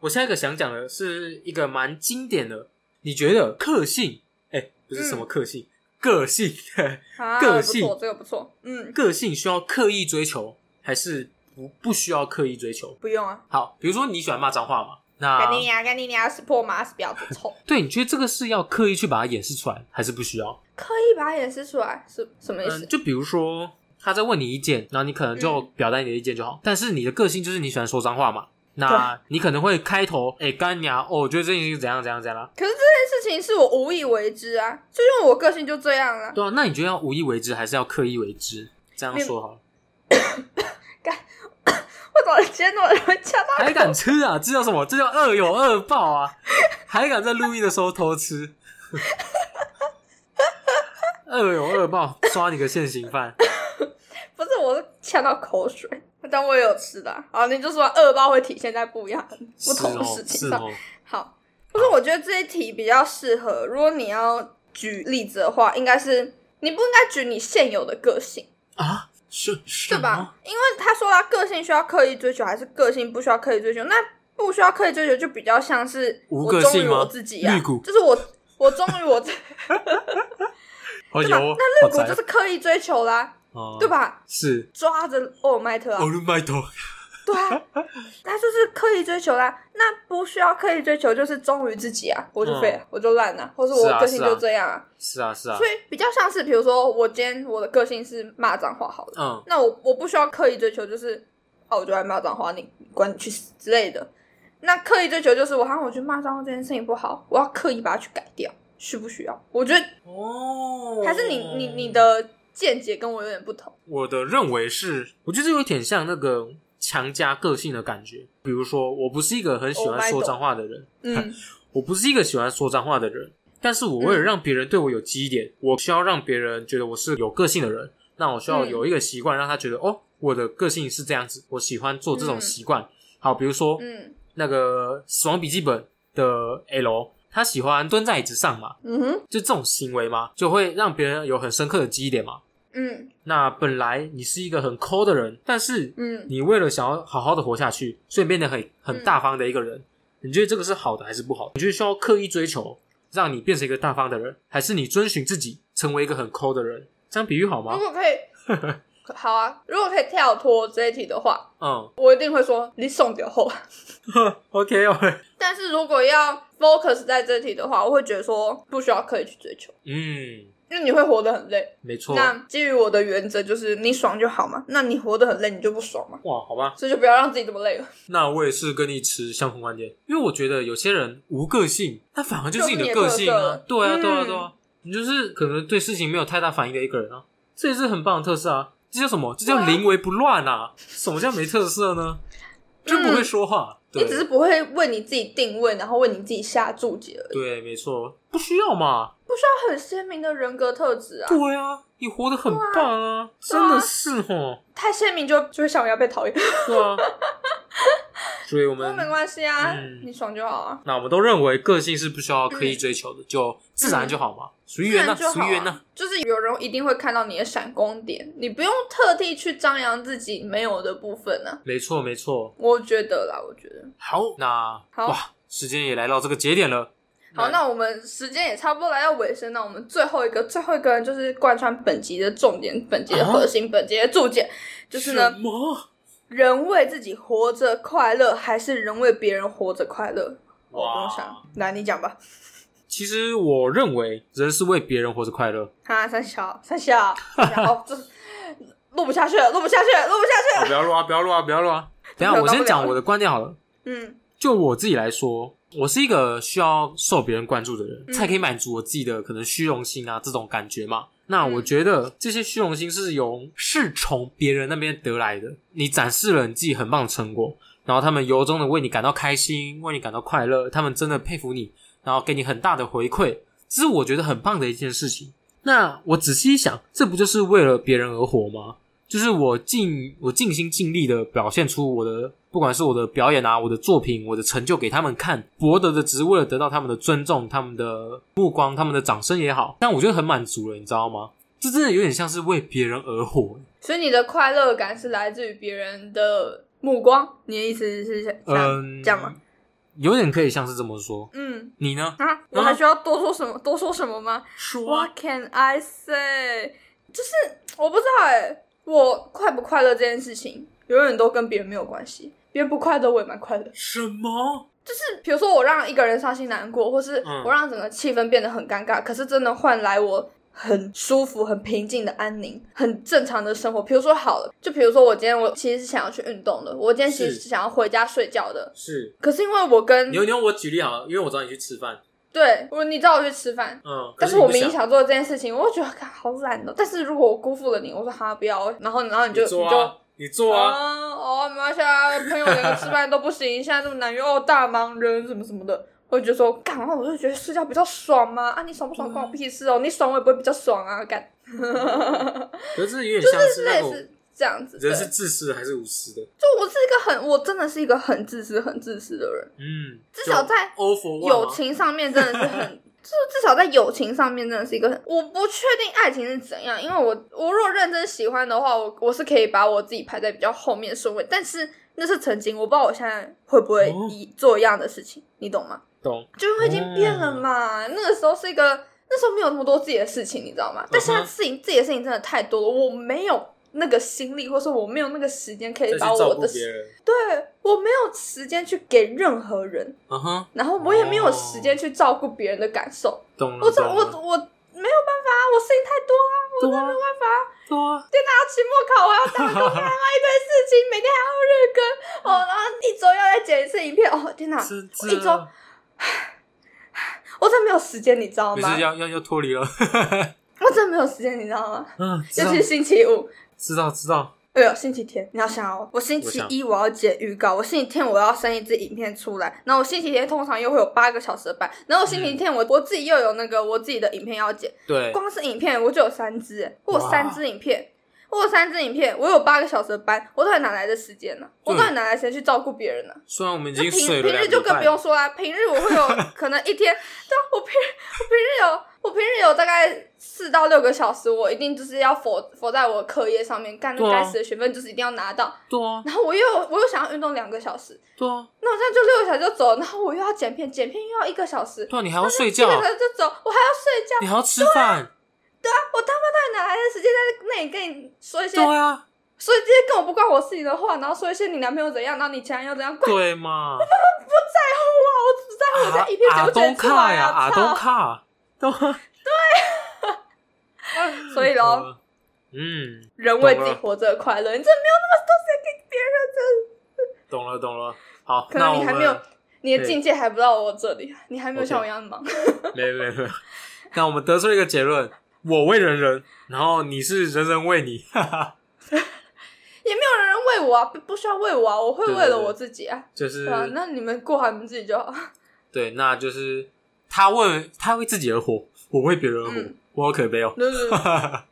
Speaker 2: 我下一个想讲的是一个蛮经典的，你觉得克性？哎、不是什
Speaker 1: 嗯
Speaker 2: 么克性，个性，
Speaker 1: 啊，
Speaker 2: 个
Speaker 1: 不
Speaker 2: 性
Speaker 1: 错，这个不错，嗯，
Speaker 2: 个性需要刻意追求，还是不不需要刻意追求？
Speaker 1: 不用啊，
Speaker 2: 好，比如说你喜欢骂脏话嘛，那
Speaker 1: 干你娘，干你娘，死破啊马，死婊子，臭！
Speaker 2: 对你觉得这个是要刻意去把它掩饰出来，还是不需要？
Speaker 1: 刻意把它掩饰出来是什么意思
Speaker 2: 嗯，？就比如说他在问你意见，然后你可能就
Speaker 1: 嗯
Speaker 2: 表达你的意见就好。但是你的个性就是你喜欢说脏话嘛，那你可能会开头，哎、干娘，哦，我觉得这件事情怎样怎样怎样啊啦。
Speaker 1: 可是这件事情是我无意为之啊，就因为我个性就这样啦。
Speaker 2: 对啊，那你觉得要无意为之，还是要刻意为之？这样说好了，
Speaker 1: <laughs> 为什么今天那么容易呛到？
Speaker 2: 还敢吃啊？这叫什么？这叫恶有恶报啊！还敢在录音的时候偷吃，恶有恶报，抓你个现行犯。
Speaker 1: 不是，我是呛到口水，但我也有吃的啊。好你就说恶报会体现在不一样 <laughs> 不同的事
Speaker 2: 是
Speaker 1: 情
Speaker 2: 哦，是
Speaker 1: 上。
Speaker 2: 哦，
Speaker 1: 好，不是，我觉得这一题比较适合，如果你要举例子的话，应该是你不应该举你现有的个性，
Speaker 2: 啊，是是
Speaker 1: 对吧？因为他说他个性需要刻意追求，还是个性不需要刻意追求？那不需要刻意追求，就比较像是
Speaker 2: 无
Speaker 1: 我
Speaker 2: 个
Speaker 1: 忠
Speaker 2: 性
Speaker 1: 于
Speaker 2: 吗
Speaker 1: 我自己啊
Speaker 2: 绿谷，
Speaker 1: 就是我我忠于我自己，
Speaker 2: <laughs> 好
Speaker 1: 对
Speaker 2: 油
Speaker 1: 吧？
Speaker 2: 哦，
Speaker 1: 那绿
Speaker 2: 好
Speaker 1: 谷就
Speaker 2: 宅
Speaker 1: 是刻意追求啦，
Speaker 2: 哦
Speaker 1: 对？吧？
Speaker 2: 是
Speaker 1: 抓着欧尔麦 <laughs> 特啊
Speaker 2: 欧，伦麦头，
Speaker 1: <laughs> 对啊，他就是刻意追求啦。那不需要刻意追求，就是忠于自己啊，我就废了，我就烂了，或是
Speaker 2: 嗯是
Speaker 1: 我
Speaker 2: 啊
Speaker 1: 个性
Speaker 2: 是啊
Speaker 1: 就这样啊。
Speaker 2: 是啊是啊
Speaker 1: 所，以比较像是，比如说我今天我的个性是骂脏话好了，
Speaker 2: 嗯，
Speaker 1: 那我我不需要刻意追求，就是哦，我就爱骂脏话，你你管你去死之类的。那刻意追求就是我好像我觉得骂脏话这件事情不好，我要刻意把它去改掉，需不需要？我觉得
Speaker 2: 哦
Speaker 1: 还是你你你的见解跟我有点不同。
Speaker 2: 我的认为是，我觉得有点像那个强加个性的感觉。比如说，我不是一个很喜欢说脏话的人，
Speaker 1: 嗯，
Speaker 2: 我不是一个喜欢说脏话的人，但是我为了让别人对我有记忆点，我需要让别人觉得我是有个性的人。那我需要
Speaker 1: 嗯
Speaker 2: 有一个习惯，让他觉得、哦，我的个性是这样子，我喜欢做这种
Speaker 1: 嗯
Speaker 2: 习惯。好，比如说，
Speaker 1: 嗯
Speaker 2: 那个《死亡笔记本》的 L，他喜欢蹲在椅子上嘛，
Speaker 1: 嗯哼
Speaker 2: 就这种行为嘛，就会让别人有很深刻的记忆点嘛。
Speaker 1: 嗯
Speaker 2: 那本来你是一个很抠的人，但是
Speaker 1: 嗯
Speaker 2: 你为了想要好好的活下去，所以变得很很大方的一个人。你觉得这个是好的还是不好？你觉得需要刻意追求，让你变成一个大方的人，还是你遵循自己，成为一个很抠的人？这样比喻好
Speaker 1: 如
Speaker 2: 吗？
Speaker 1: 果可以， <laughs> 好啊，如果可以跳脱这一题的话，
Speaker 2: 嗯
Speaker 1: 我一定会说你送点后。
Speaker 2: <laughs> ，OK OK，
Speaker 1: <laughs> 但是如果要 focus 在这题的话，我会觉得说不需要刻意去追求，
Speaker 2: 嗯，
Speaker 1: 因为你会活得很累。
Speaker 2: 没错。
Speaker 1: 那基于我的原则就是你爽就好嘛，那你活得很累，你就不爽嘛，
Speaker 2: 哇，好吧，
Speaker 1: 所以就不要让自己这么累了。
Speaker 2: 那我也是跟你持相同观点，因为我觉得有些人无个性，那反而就是你的个性啊，
Speaker 1: 就
Speaker 2: 对
Speaker 1: 是
Speaker 2: 啊，
Speaker 1: 你的特色嗯
Speaker 2: 对啊，对啊，你就是可能对事情没有太大反应的一个人啊，这也是很棒的特色啊，这叫什么？这
Speaker 1: 对
Speaker 2: 叫
Speaker 1: 啊嗯
Speaker 2: 临危不乱啊！什么叫没特色呢？就不会说话，
Speaker 1: 你
Speaker 2: 对，
Speaker 1: 只是不会为你自己定位，然后为你自己下注解而已。
Speaker 2: 对，没错，不需要嘛，
Speaker 1: 他很鲜明的人格特质啊，
Speaker 2: 对啊，你活得很棒啊，真的是哦，
Speaker 1: 太鲜明就就会想我要被讨厌。
Speaker 2: 对啊，所以我
Speaker 1: 不过
Speaker 2: 们
Speaker 1: <laughs> 没关系啊，
Speaker 2: 嗯
Speaker 1: 你爽就好啊。
Speaker 2: 那我们都认为个性是不需要刻意追求的，就自然就好嘛，
Speaker 1: 嗯
Speaker 2: 随
Speaker 1: 自
Speaker 2: 缘呐，
Speaker 1: 然就好、
Speaker 2: 随缘呐
Speaker 1: 啊。，就是有人一定会看到你的闪光点，你不用特地去张扬自己没有的部分呢、啊。
Speaker 2: 没错，没错。
Speaker 1: 我觉得啦，我觉得
Speaker 2: 好，那
Speaker 1: 好
Speaker 2: 哇，时间也来到这个节点了。
Speaker 1: 好，那我们时间也差不多来到尾声，那我们最后一个最后一个人就是贯穿本集的重点、本集的核心、本集的注解，就是
Speaker 2: 什
Speaker 1: 呢，
Speaker 2: 么？
Speaker 1: 人为自己活着快乐，还是人为别人活着快乐？我
Speaker 2: 哇
Speaker 1: 不用想，来你讲吧。
Speaker 2: 其实我认为人是为别人活着快乐。
Speaker 1: 哈，三小，三小，三
Speaker 2: <laughs>
Speaker 1: 小哦，这录不下去了，录不下去了，录不下去
Speaker 2: 啊
Speaker 1: 了。
Speaker 2: 不要录啊！不要录啊！不要录啊！等一
Speaker 1: 没
Speaker 2: 下，
Speaker 1: 有
Speaker 2: 我
Speaker 1: 到
Speaker 2: 先
Speaker 1: 不
Speaker 2: 讲
Speaker 1: 了
Speaker 2: 我的观点好了。
Speaker 1: 嗯
Speaker 2: 就我自己来说，我是一个需要受别人关注的人，
Speaker 1: 嗯
Speaker 2: 才可以满足我自己的可能虚荣心啊这种感觉嘛。那
Speaker 1: 嗯
Speaker 2: 我觉得这些虚荣心是由是从别人那边得来的。你展示了你自己很棒的成果，然后他们由衷的为你感到开心，为你感到快乐，他们真的佩服你，然后给你很大的回馈，这是我觉得很棒的一件事情。那我仔细一想，这不就是为了别人而活吗？就是我尽我尽心尽力的表现出我的，不管是我的表演啊，我的作品，我的成就给他们看，博得的只是为了得到他们的尊重、他们的目光、他们的掌声也好，但我觉得很满足了，你知道吗？这真的有点像是为别人而活，
Speaker 1: 所以你的快乐感是来自于别人的目光，你的意思是想
Speaker 2: 嗯，
Speaker 1: 这样吗？？
Speaker 2: 有点可以像是这么说。
Speaker 1: 嗯
Speaker 2: 你呢？
Speaker 1: 啊，我还需要多说什么？多说什么吗？
Speaker 2: 说啊
Speaker 1: What can I say？就是我不知道哎、我快不快乐这件事情，永远都跟别人没有关系。别人不快乐，我也蛮快乐。
Speaker 2: 什么？
Speaker 1: 就是比如说，我让一个人伤心难过，或是
Speaker 2: 嗯
Speaker 1: 我让整个气氛变得很尴尬，可是真的换来我很舒服、很平静的安宁、很正常的生活。比如说好了，就比如说我今天我其实是想要去运动的，我今天其实
Speaker 2: 是
Speaker 1: 是想要回家睡觉的。
Speaker 2: 是
Speaker 1: 可是因为我跟
Speaker 2: 牛牛，我举例好啊了，因为我找你去吃饭，
Speaker 1: 对我，你知道我去吃饭，
Speaker 2: 嗯，可
Speaker 1: 但
Speaker 2: 是
Speaker 1: 是我
Speaker 2: 你不
Speaker 1: 明明想做这件事情，我就觉得看好懒哦。但是如果我辜负了你，我说哈不要，然后然后你就
Speaker 2: 你做啊，你做啊，
Speaker 1: 嗯哦没关系啊，朋友连个吃饭都不行，现在这么难约哦，大忙人什么什么的，我就说干，然后我就觉得睡觉比较爽嘛，啊你爽不爽关我屁事哦，你爽我也不会比较爽啊，
Speaker 2: <laughs>
Speaker 1: 干，
Speaker 2: 可是有点像是那
Speaker 1: <laughs> 类
Speaker 2: 种
Speaker 1: 似这样子。对
Speaker 2: 人是自私还是无私的？
Speaker 1: 就我是一个很，我真的是一个很自私、很自私的人，
Speaker 2: 嗯，
Speaker 1: 至少
Speaker 2: 就
Speaker 1: 在
Speaker 2: all for one 啊
Speaker 1: 友
Speaker 2: 嘛
Speaker 1: 情上面真的是很 <laughs> 至少在友情上面，真的是一个很……我不确定爱情是怎样，因为我我如果认真喜欢的话，我我是可以把我自己排在比较后面顺位，但是那是曾经，我不知道我现在会不会
Speaker 2: 哦
Speaker 1: 一做一样的事情，你懂吗？
Speaker 2: 懂？
Speaker 1: 就是会已经变了嘛。
Speaker 2: 嗯
Speaker 1: 那个时候是一个，那时候没有那么多自己的事情，你知道吗？但现在事情、自己的事情真的太多了，我没有那个心力，或是我没有那个时间可以
Speaker 2: 再去
Speaker 1: 把
Speaker 2: 照
Speaker 1: 我
Speaker 2: 顾
Speaker 1: 的，
Speaker 2: 别人，
Speaker 1: 对我没有时间去给任何人，
Speaker 2: 嗯哼，
Speaker 1: 然后我也没有
Speaker 2: 哦
Speaker 1: 时间去照顾别人的感受。
Speaker 2: 懂了。
Speaker 1: 我这
Speaker 2: 懂
Speaker 1: 我
Speaker 2: 了
Speaker 1: 我没有办法啊，我事情太多啊，我
Speaker 2: 对
Speaker 1: 真的
Speaker 2: 啊
Speaker 1: 没有办法啊。
Speaker 2: 对啊，
Speaker 1: 大家期末考，我要打工，还 <laughs> 要一堆事情，每天还要日更，哦，然后一周要再剪一次影片，哦，天哪，
Speaker 2: 是
Speaker 1: 我一周
Speaker 2: 这，
Speaker 1: 我真的没有时间，你知道
Speaker 2: 没
Speaker 1: 吗
Speaker 2: 事？要要要脱离了。
Speaker 1: 我真的没有时间，你知道吗？
Speaker 2: <laughs> 嗯，知
Speaker 1: 尤
Speaker 2: 道
Speaker 1: 其是啊星期五，
Speaker 2: 知道知道，
Speaker 1: 哎呦，星期天，你要想哦，我星期一我要剪预告，我星期天我要生一支影片出来，然后我星期天通常又会有八个小时的班，然后我星期天我、我自己又有那个我自己的影片要剪，
Speaker 2: 对，
Speaker 1: 光是影片我就有三支欸，我有
Speaker 2: 哇
Speaker 1: 三支影片，我有三支影片，我有八个小时的班，我到底哪来的时间呢、我到底哪来的时间去照顾别人呢、
Speaker 2: 虽然我们已
Speaker 1: 那
Speaker 2: 经
Speaker 1: 平
Speaker 2: 水了
Speaker 1: 平
Speaker 2: 两
Speaker 1: 日
Speaker 2: 个
Speaker 1: 就
Speaker 2: 礼
Speaker 1: 更
Speaker 2: 拜
Speaker 1: 不用说啦，平日我会
Speaker 2: <laughs>
Speaker 1: 有可能一天，对啊，我平我平日有我平日有大概四到六个小时，我一定就是要否否在我课业上面，干那
Speaker 2: 对啊
Speaker 1: 该死的学分就是一定要拿到，
Speaker 2: 对啊
Speaker 1: 然后我又有我又想要运动两个小时，
Speaker 2: 对啊
Speaker 1: 那我这样就六个小时就走了，然后我又要剪片，剪片又要一个小时，
Speaker 2: 对啊，你还要睡
Speaker 1: 一
Speaker 2: 觉，
Speaker 1: 个小时就走，我还要睡觉，
Speaker 2: 你还要吃饭，
Speaker 1: 啊我他妈到底哪来的时间在那里跟你说一些，
Speaker 2: 对啊，
Speaker 1: 说一些根本不关我事情的话，然后说一些你男朋友怎样，然后你前男友怎样，关
Speaker 2: 对嘛？
Speaker 1: 我只在乎我
Speaker 2: 啊
Speaker 1: 这一片
Speaker 2: 阿
Speaker 1: 九
Speaker 2: 东
Speaker 1: 卷出
Speaker 2: 卡
Speaker 1: 来
Speaker 2: 呀，
Speaker 1: 啊，
Speaker 2: 阿东
Speaker 1: 操！
Speaker 2: 卡，对啊
Speaker 1: 所以咯，，
Speaker 2: <laughs> 嗯，
Speaker 1: <laughs> 人为自己活着的快乐，你真的没有那么多时间给别人，
Speaker 2: 懂了懂了。好，
Speaker 1: 可
Speaker 2: 那
Speaker 1: 能
Speaker 2: 我
Speaker 1: 你还
Speaker 2: 们
Speaker 1: 没有。你的
Speaker 2: 对
Speaker 1: 境界还不到我这里，你还没有
Speaker 2: OK
Speaker 1: 像我一样忙。 <laughs>
Speaker 2: <laughs> 没有没有没有。那我们得出了一个结论：我为人人，然后你是人人为你。 <laughs> 哈哈，
Speaker 1: 也没有人为我啊，不不需要为我啊，我会
Speaker 2: 对对
Speaker 1: 为了
Speaker 2: 对
Speaker 1: 我自己啊。
Speaker 2: 就是
Speaker 1: 啊，那你们过好你们自己就好。 <laughs>
Speaker 2: 对，那就是他为他为自己而活，我为别人而活，
Speaker 1: 嗯
Speaker 2: 我好可悲哦。
Speaker 1: 对对对
Speaker 2: <laughs> 好啊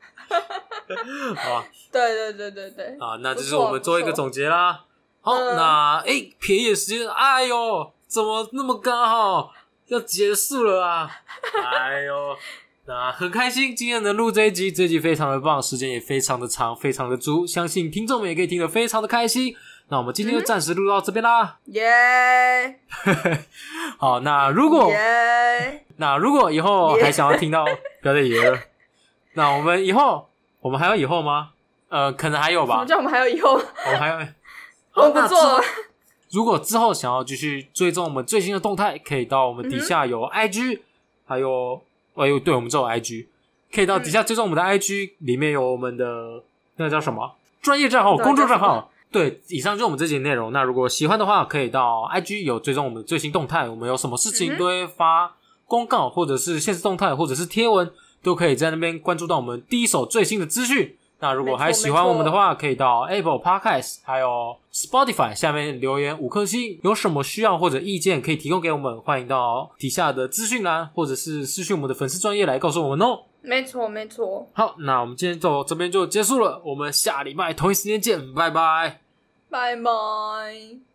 Speaker 1: <laughs> 对对对对对，
Speaker 2: 啊，那就
Speaker 1: 不
Speaker 2: 是
Speaker 1: 错
Speaker 2: 我们做一个
Speaker 1: 不错
Speaker 2: 总结啦。好，
Speaker 1: 嗯
Speaker 2: 那哎、诶瞥一眼时间，哎呦，怎么那么刚好要结束了啊？ <laughs> 哎呦，那很开心今天能录这一集，这一集非常的棒，时间也非常的长，非常的足，相信听众们也可以听得非常的开心。那我们今
Speaker 1: 嗯
Speaker 2: 天就暂时录到这边啦。
Speaker 1: 耶
Speaker 2: 好，那如果
Speaker 1: 耶，
Speaker 2: 那如果以后
Speaker 1: 耶
Speaker 2: 还想要听到，不要再爷了。那我们以后，我们还有以后吗？呃，可能还有
Speaker 1: 什么
Speaker 2: 吧。
Speaker 1: 叫我们还有以后？
Speaker 2: 我们还
Speaker 1: <laughs>
Speaker 2: 有。哦
Speaker 1: 我
Speaker 2: 那
Speaker 1: 不做
Speaker 2: 之后
Speaker 1: 了。
Speaker 2: 如果之后想要继续追踪我们最新的动态，可以到我们底下有 IG，、还有哎呦，对我们这有 IG，可以到
Speaker 1: 嗯
Speaker 2: 底下追踪我们的 IG，、里面有我们的那个叫什么专业账号、
Speaker 1: 对
Speaker 2: 公众
Speaker 1: 叫
Speaker 2: 账
Speaker 1: 什
Speaker 2: 号。对，以上就是我们这集的内容。那如果喜欢的话，可以到 IG 有追踪我们的最新动态，我们有什么事
Speaker 1: 嗯
Speaker 2: 情
Speaker 1: 哼
Speaker 2: 都会发公告，或者是现实动态，或者是贴文，都可以在那边关注到我们第一手最新的资讯。那如果还喜欢我们的话，可以到 Apple Podcast 还有 Spotify 下面留言五颗星。有什么需要或者意见可以提供给我们，欢迎到底下的资讯栏或者是私讯我们的粉丝专业来告诉我们哦。
Speaker 1: <laughs> 没错，没错，
Speaker 2: 好，那我们今天就这边就结束了，我们下礼拜同一时间见，拜拜。
Speaker 1: 拜拜。